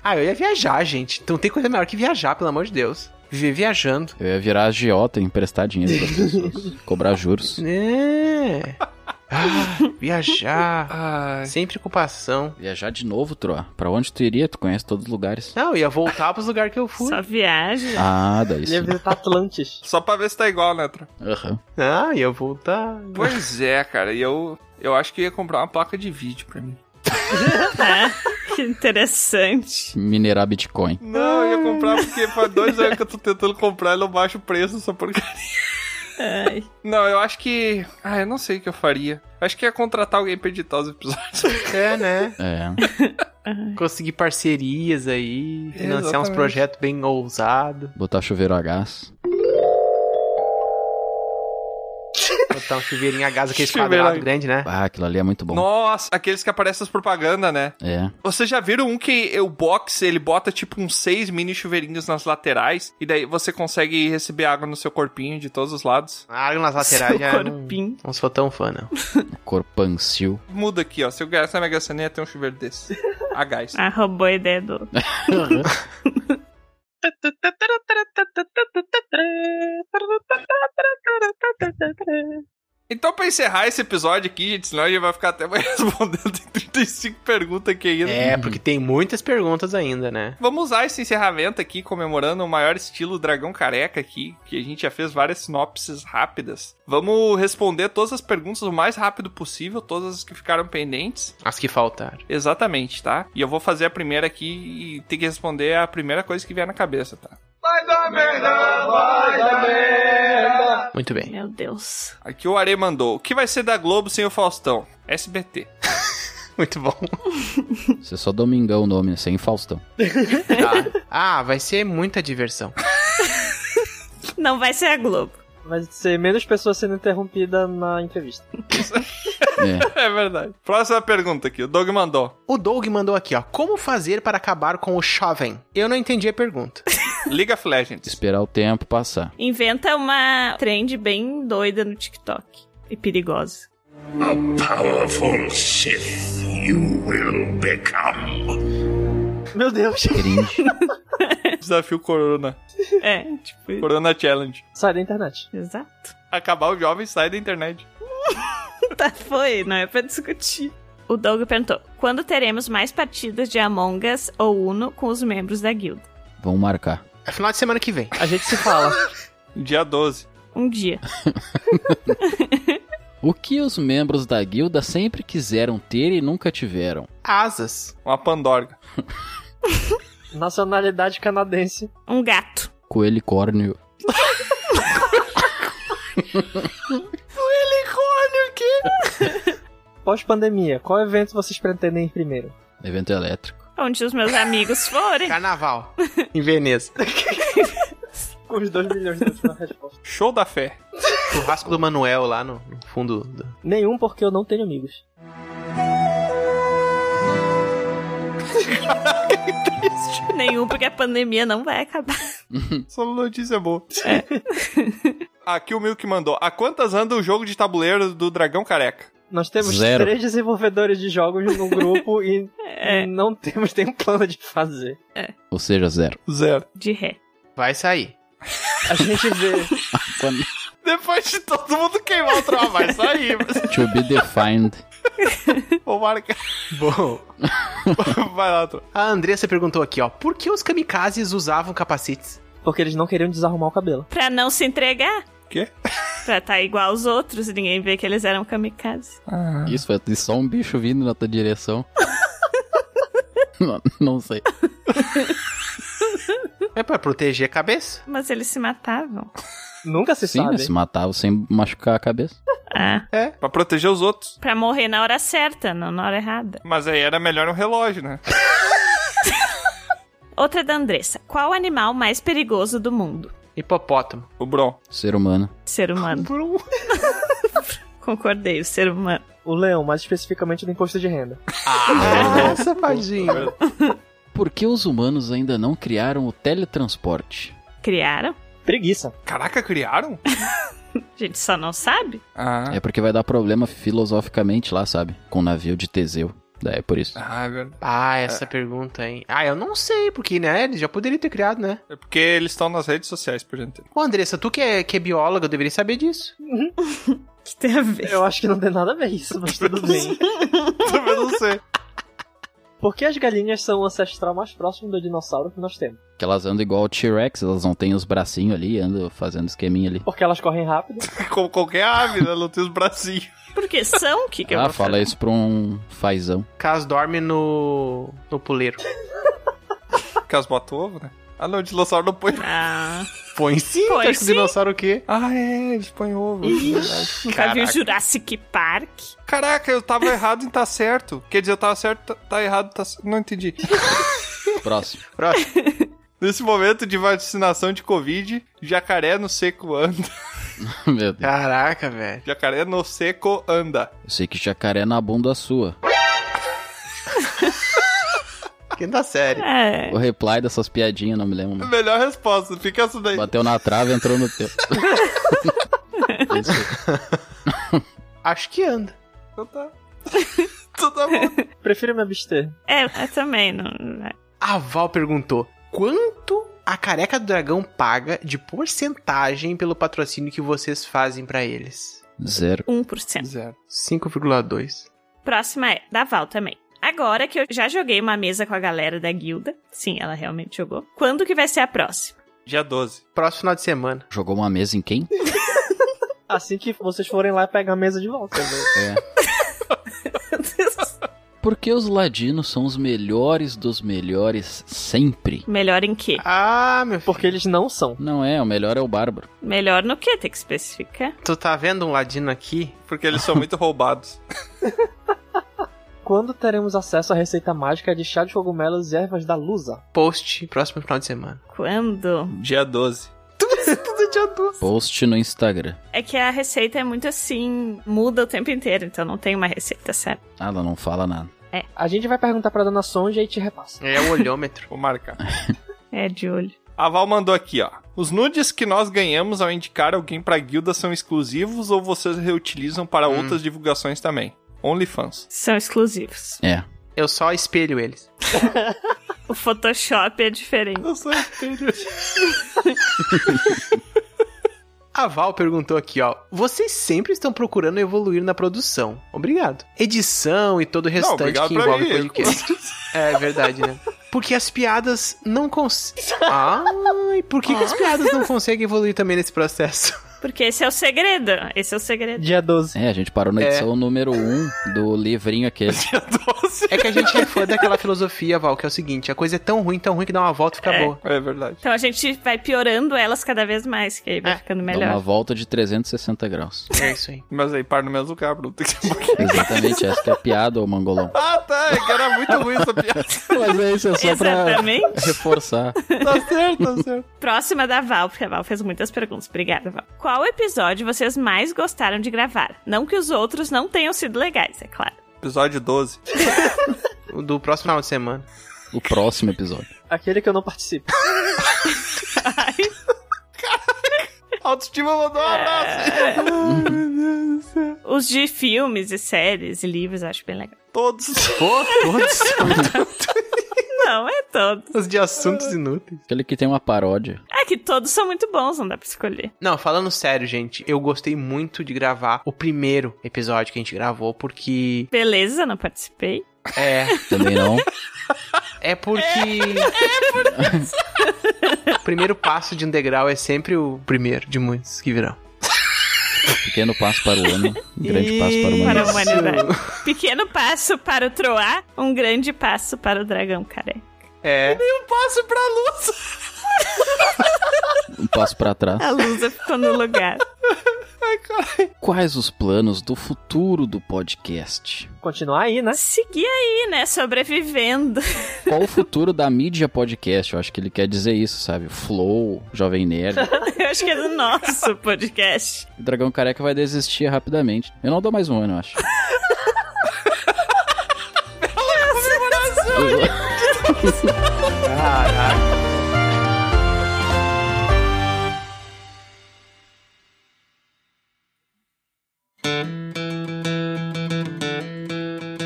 Ah, eu ia viajar, gente. Então tem coisa melhor que viajar, pelo amor de Deus. Viver viajando. Eu ia virar agiota e emprestar dinheiro pras pessoas. cobrar juros. É. Ah, viajar. Ai. Sem preocupação. Viajar de novo, Troa. Pra onde tu iria? Tu conhece todos os lugares. Não, eu ia voltar pros lugares que eu fui. Só viagem. Ah, daí Ia sim. visitar Atlantis. Só pra ver se tá igual, né, Tro? Aham. Ah, ia voltar. Pois é, cara. E eu, eu acho que ia comprar uma placa de vídeo pra mim. Ah, que interessante. Minerar Bitcoin. Não, eu ia comprar porque faz dois anos que eu tô tentando comprar e não baixa o preço, só porque... Ai. Não, eu acho que... Ah, eu não sei o que eu faria. Acho que ia contratar alguém pra editar os episódios. É, né? É. Conseguir parcerias aí, financiar uns Exatamente. projetos bem ousados. Botar chuveiro a gás. Botar um chuveirinho a gás, aquele Chuveiro quadrado a- grande, né? Ah, aquilo ali é muito bom. Nossa, aqueles que aparecem as propagandas, né? É. Vocês já viram um que o box ele bota tipo uns seis mini chuveirinhos nas laterais e daí você consegue receber água no seu corpinho de todos os lados? A água Ah, nas laterais Seu já não, corpinho. não sou tão fã, não. Corpancil. Muda aqui, ó. Se eu ganhasse na Mega Sena, ia ter um chuveiro desse. A gás. Ah, roubou a ideia do. Então, pra encerrar esse episódio aqui, gente, senão a gente vai ficar até amanhã respondendo. Tem 35 perguntas aqui ainda. É, porque tem muitas perguntas ainda, né? Vamos usar esse encerramento aqui, comemorando o maior estilo Dragão Careca aqui, que a gente já fez várias sinopses rápidas. Vamos responder todas as perguntas o mais rápido possível, todas as que ficaram pendentes. As que faltaram. Exatamente, tá? E eu vou fazer a primeira aqui e tem que responder a primeira coisa que vier na cabeça, tá? Vai dar merda, vai dar merda. Muito bem. Meu Deus. Aqui o Are mandou. O que vai ser da Globo sem o Faustão? SBT. Muito bom. Você é só Domingão o nome, né? sem Faustão. Tá. Ah, vai ser muita diversão. Não vai ser a Globo. Vai ser menos pessoas sendo interrompida na entrevista. É. verdade. Próxima pergunta aqui. O Doug mandou. O Doug mandou aqui, ó. Como fazer para acabar com o jovem? Eu não entendi a pergunta. League of Legends. Esperar o tempo passar. Inventa uma trend bem doida no TikTok. E perigosa. A powerful Sith you will become. Meu Deus. Cringe. Desafio Corona. É, tipo. isso. Corona Challenge. Sai da internet. Exato. Acabar o jovem sai da internet. Tá, foi, não é pra discutir. O Doug perguntou: quando teremos mais partidas de Among Us ou Uno com os membros da guilda? Vão marcar. É final de semana que vem. A gente se fala. Dia 12. Um dia. O que os membros da guilda sempre quiseram ter e nunca tiveram? Asas. Uma pandorga. Nacionalidade canadense. Um gato. Coelicórnio. Helicórnio, que? Pós-pandemia, qual evento vocês pretendem ir primeiro? Evento elétrico. Onde os meus amigos forem. Carnaval. em Veneza. Com os 2 milhões de pessoas na resposta. Show da fé. Churrasco do Manuel lá no no fundo. Do... Nenhum, porque eu não tenho amigos. Nenhum, porque a pandemia não vai acabar. Só notícia boa. Aqui o Milk mandou. Há quantas anda o jogo de tabuleiro do Dragão Careca? Nós temos Zero. três desenvolvedores de jogos no grupo e É, não temos nenhum plano de fazer. Ou seja, zero. Zero. de ré. Vai sair. A gente vê. Quando- Depois de todo mundo queimar o trabalho, vai sair. mas to be defined. Vou marcar. Bom. Vai lá, Tro. A Andressa perguntou aqui, ó. Por que os kamikazes usavam capacetes? Porque eles não queriam desarrumar o cabelo. Pra não se entregar. Quê? Pra tá igual aos outros e ninguém ver que eles eram kamikazes. Isso, vai ter só um bicho vindo na tua direção. não, não sei. É pra proteger a cabeça? Mas eles se matavam. Nunca se Sim, né? sabe. se matava sem machucar a cabeça. Ah, Pra proteger os outros. pra morrer na hora certa, não na hora errada. Mas aí era melhor um relógio, né? Outra da Andressa. Qual o animal mais perigoso do mundo? Hipopótamo. O Bron. Ser humano. Ser humano. Concordei, o ser humano. O leão, mais especificamente do imposto de renda. Nossa, Padinho. Por que os humanos ainda não criaram o teletransporte? Criaram? Preguiça. Caraca, criaram? A gente só não sabe? Ah. É porque vai dar problema filosoficamente lá, sabe? Com o navio de Teseu. Daí é por isso. Ah, é verdade. Ah, essa pergunta, hein? Ah, eu não sei, porque, né? Eles já poderiam ter criado, né? É porque eles estão nas redes sociais, por gente. Ô, Andressa, tu que é, que é bióloga, eu deveria saber disso. Que tem a ver? Eu acho que não tem nada a ver isso, mas tudo bem. Também não sei. Por que as galinhas são o ancestral mais próximo do dinossauro que nós temos? Que elas andam igual o T-Rex, elas não têm os bracinhos ali, andam fazendo esqueminha ali. Porque elas correm rápido. Como qualquer ave, né? Não tem os bracinhos. Porque são? O que, que eu ah, vou fala falar? isso pra um fazão. Caso dorme no. no puleiro. Porque elas botam ovo, né? Ah, não, o dinossauro não põe. Ah, Põe sim, Põe tu acha que o sim. dinossauro o quê? Ah, é, eles põem ovo. é verdade. nunca Caraca. viu Jurassic Park? Caraca, eu tava errado em tá certo. Quer dizer, eu tava certo, tá, tá errado, tá certo. Não entendi. Próximo. Próximo. Nesse momento de vacinação de Covid, jacaré no seco anda. Meu Deus. Caraca, velho. Jacaré no seco anda. Eu sei que jacaré na bunda sua. Quinta série. É. O reply dessas piadinhas, não me lembro. mais. Melhor resposta, fica essa daí. Bateu na trave, entrou no teu. Isso. Acho que anda. Então tá. Então tá bom. Prefiro me abster. É, eu também não. não é. A Val perguntou: quanto a careca do dragão paga de porcentagem pelo patrocínio que vocês fazem pra eles? Zero. 1%. Zero. 5,2. Próxima é da Val também. Agora que eu já joguei uma mesa com a galera da guilda, sim, ela realmente jogou. Quando que vai ser a próxima? Dia 12. Próximo final de semana. Jogou uma mesa em quem? Assim que vocês forem lá pegar a mesa de volta. É. Por que os ladinos são os melhores dos melhores sempre? Melhor em quê? Ah, meu Porque eles não são. Não é, o melhor é o bárbaro. Melhor no quê? Tem que especificar. Tu tá vendo um ladino aqui? Porque eles são muito roubados. Quando teremos acesso à receita mágica de chá de cogumelos e ervas da Lusa? Post, próximo final de semana. Quando? Dia 12. Post no Instagram. É que a receita é muito assim, muda o tempo inteiro, então não tem uma receita certa. Ah, Ela não fala nada. É, A gente vai perguntar pra dona Sonja e te repassa. É o olhômetro. Vou marcar. é de olho. A Val mandou aqui, ó. Os nudes que nós ganhamos ao indicar alguém pra guilda são exclusivos ou vocês reutilizam para outras divulgações também? OnlyFans. São exclusivos. É. Eu só espelho eles. O Photoshop é diferente. Eu sou um espelho. A Val perguntou aqui, ó. Vocês sempre estão procurando evoluir na produção. Obrigado. Edição e todo o restante obrigado que pra envolve o mim. podcast. é verdade, né? Porque as piadas não conseguem. Ah, e por que, que as piadas não conseguem evoluir também nesse processo? Porque esse é o segredo. Esse é o segredo. Dia 12. É, a gente parou na É. edição número 1 um do livrinho aquele. É que a gente é fã daquela filosofia, Val, que é o seguinte: a coisa é tão ruim, tão ruim que dá uma volta e fica É. boa. É verdade. Então a gente vai piorando elas cada vez mais, que aí vai ficando É, Dá uma melhor. volta de 360 graus. É isso aí. Mas aí, para no mesmo lugar, Bruno. Tem que- Exatamente, essa que é a piada, ô mangolão. Ah, tá. É que era muito ruim essa piada. Mas é isso, é só pra Exatamente. reforçar. Tá certo, tá certo. Próxima da Val, porque a Val fez muitas perguntas. Obrigada, Val. Qual episódio vocês mais gostaram de gravar? Não que os outros não tenham sido legais, é claro. Episódio 12. O Do próximo final de semana. O próximo episódio. Aquele que eu não participo. Autoestima mandou um abraço. Os de filmes e séries e livros, eu acho bem legal. Todos. Pô, todos Não, é todos. os de assuntos inúteis. Aquele que tem uma paródia. É que todos são muito bons, não dá pra escolher. Não, falando sério, gente, eu gostei muito de gravar o primeiro episódio que a gente gravou, porque. Beleza, não participei. É. Também não. É porque. o primeiro passo de um degrau é sempre o primeiro de muitos que virão. Pequeno passo para o ano, grande passo para o Para a ano. humanidade. Pequeno passo para o Troar, um grande passo para o dragão careca. É. Passo pra luz. Um passo pra trás. A Lusa ficou no lugar. Quais os planos do futuro do podcast? Continuar aí, né? Seguir aí, né? Sobrevivendo. Qual o futuro da mídia podcast? Eu acho que ele quer dizer isso, sabe? Flow, Jovem Nerd. Eu acho que é do nosso podcast. O Dragão Careca vai desistir rapidamente. Eu não dou mais um ano, eu acho.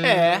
É,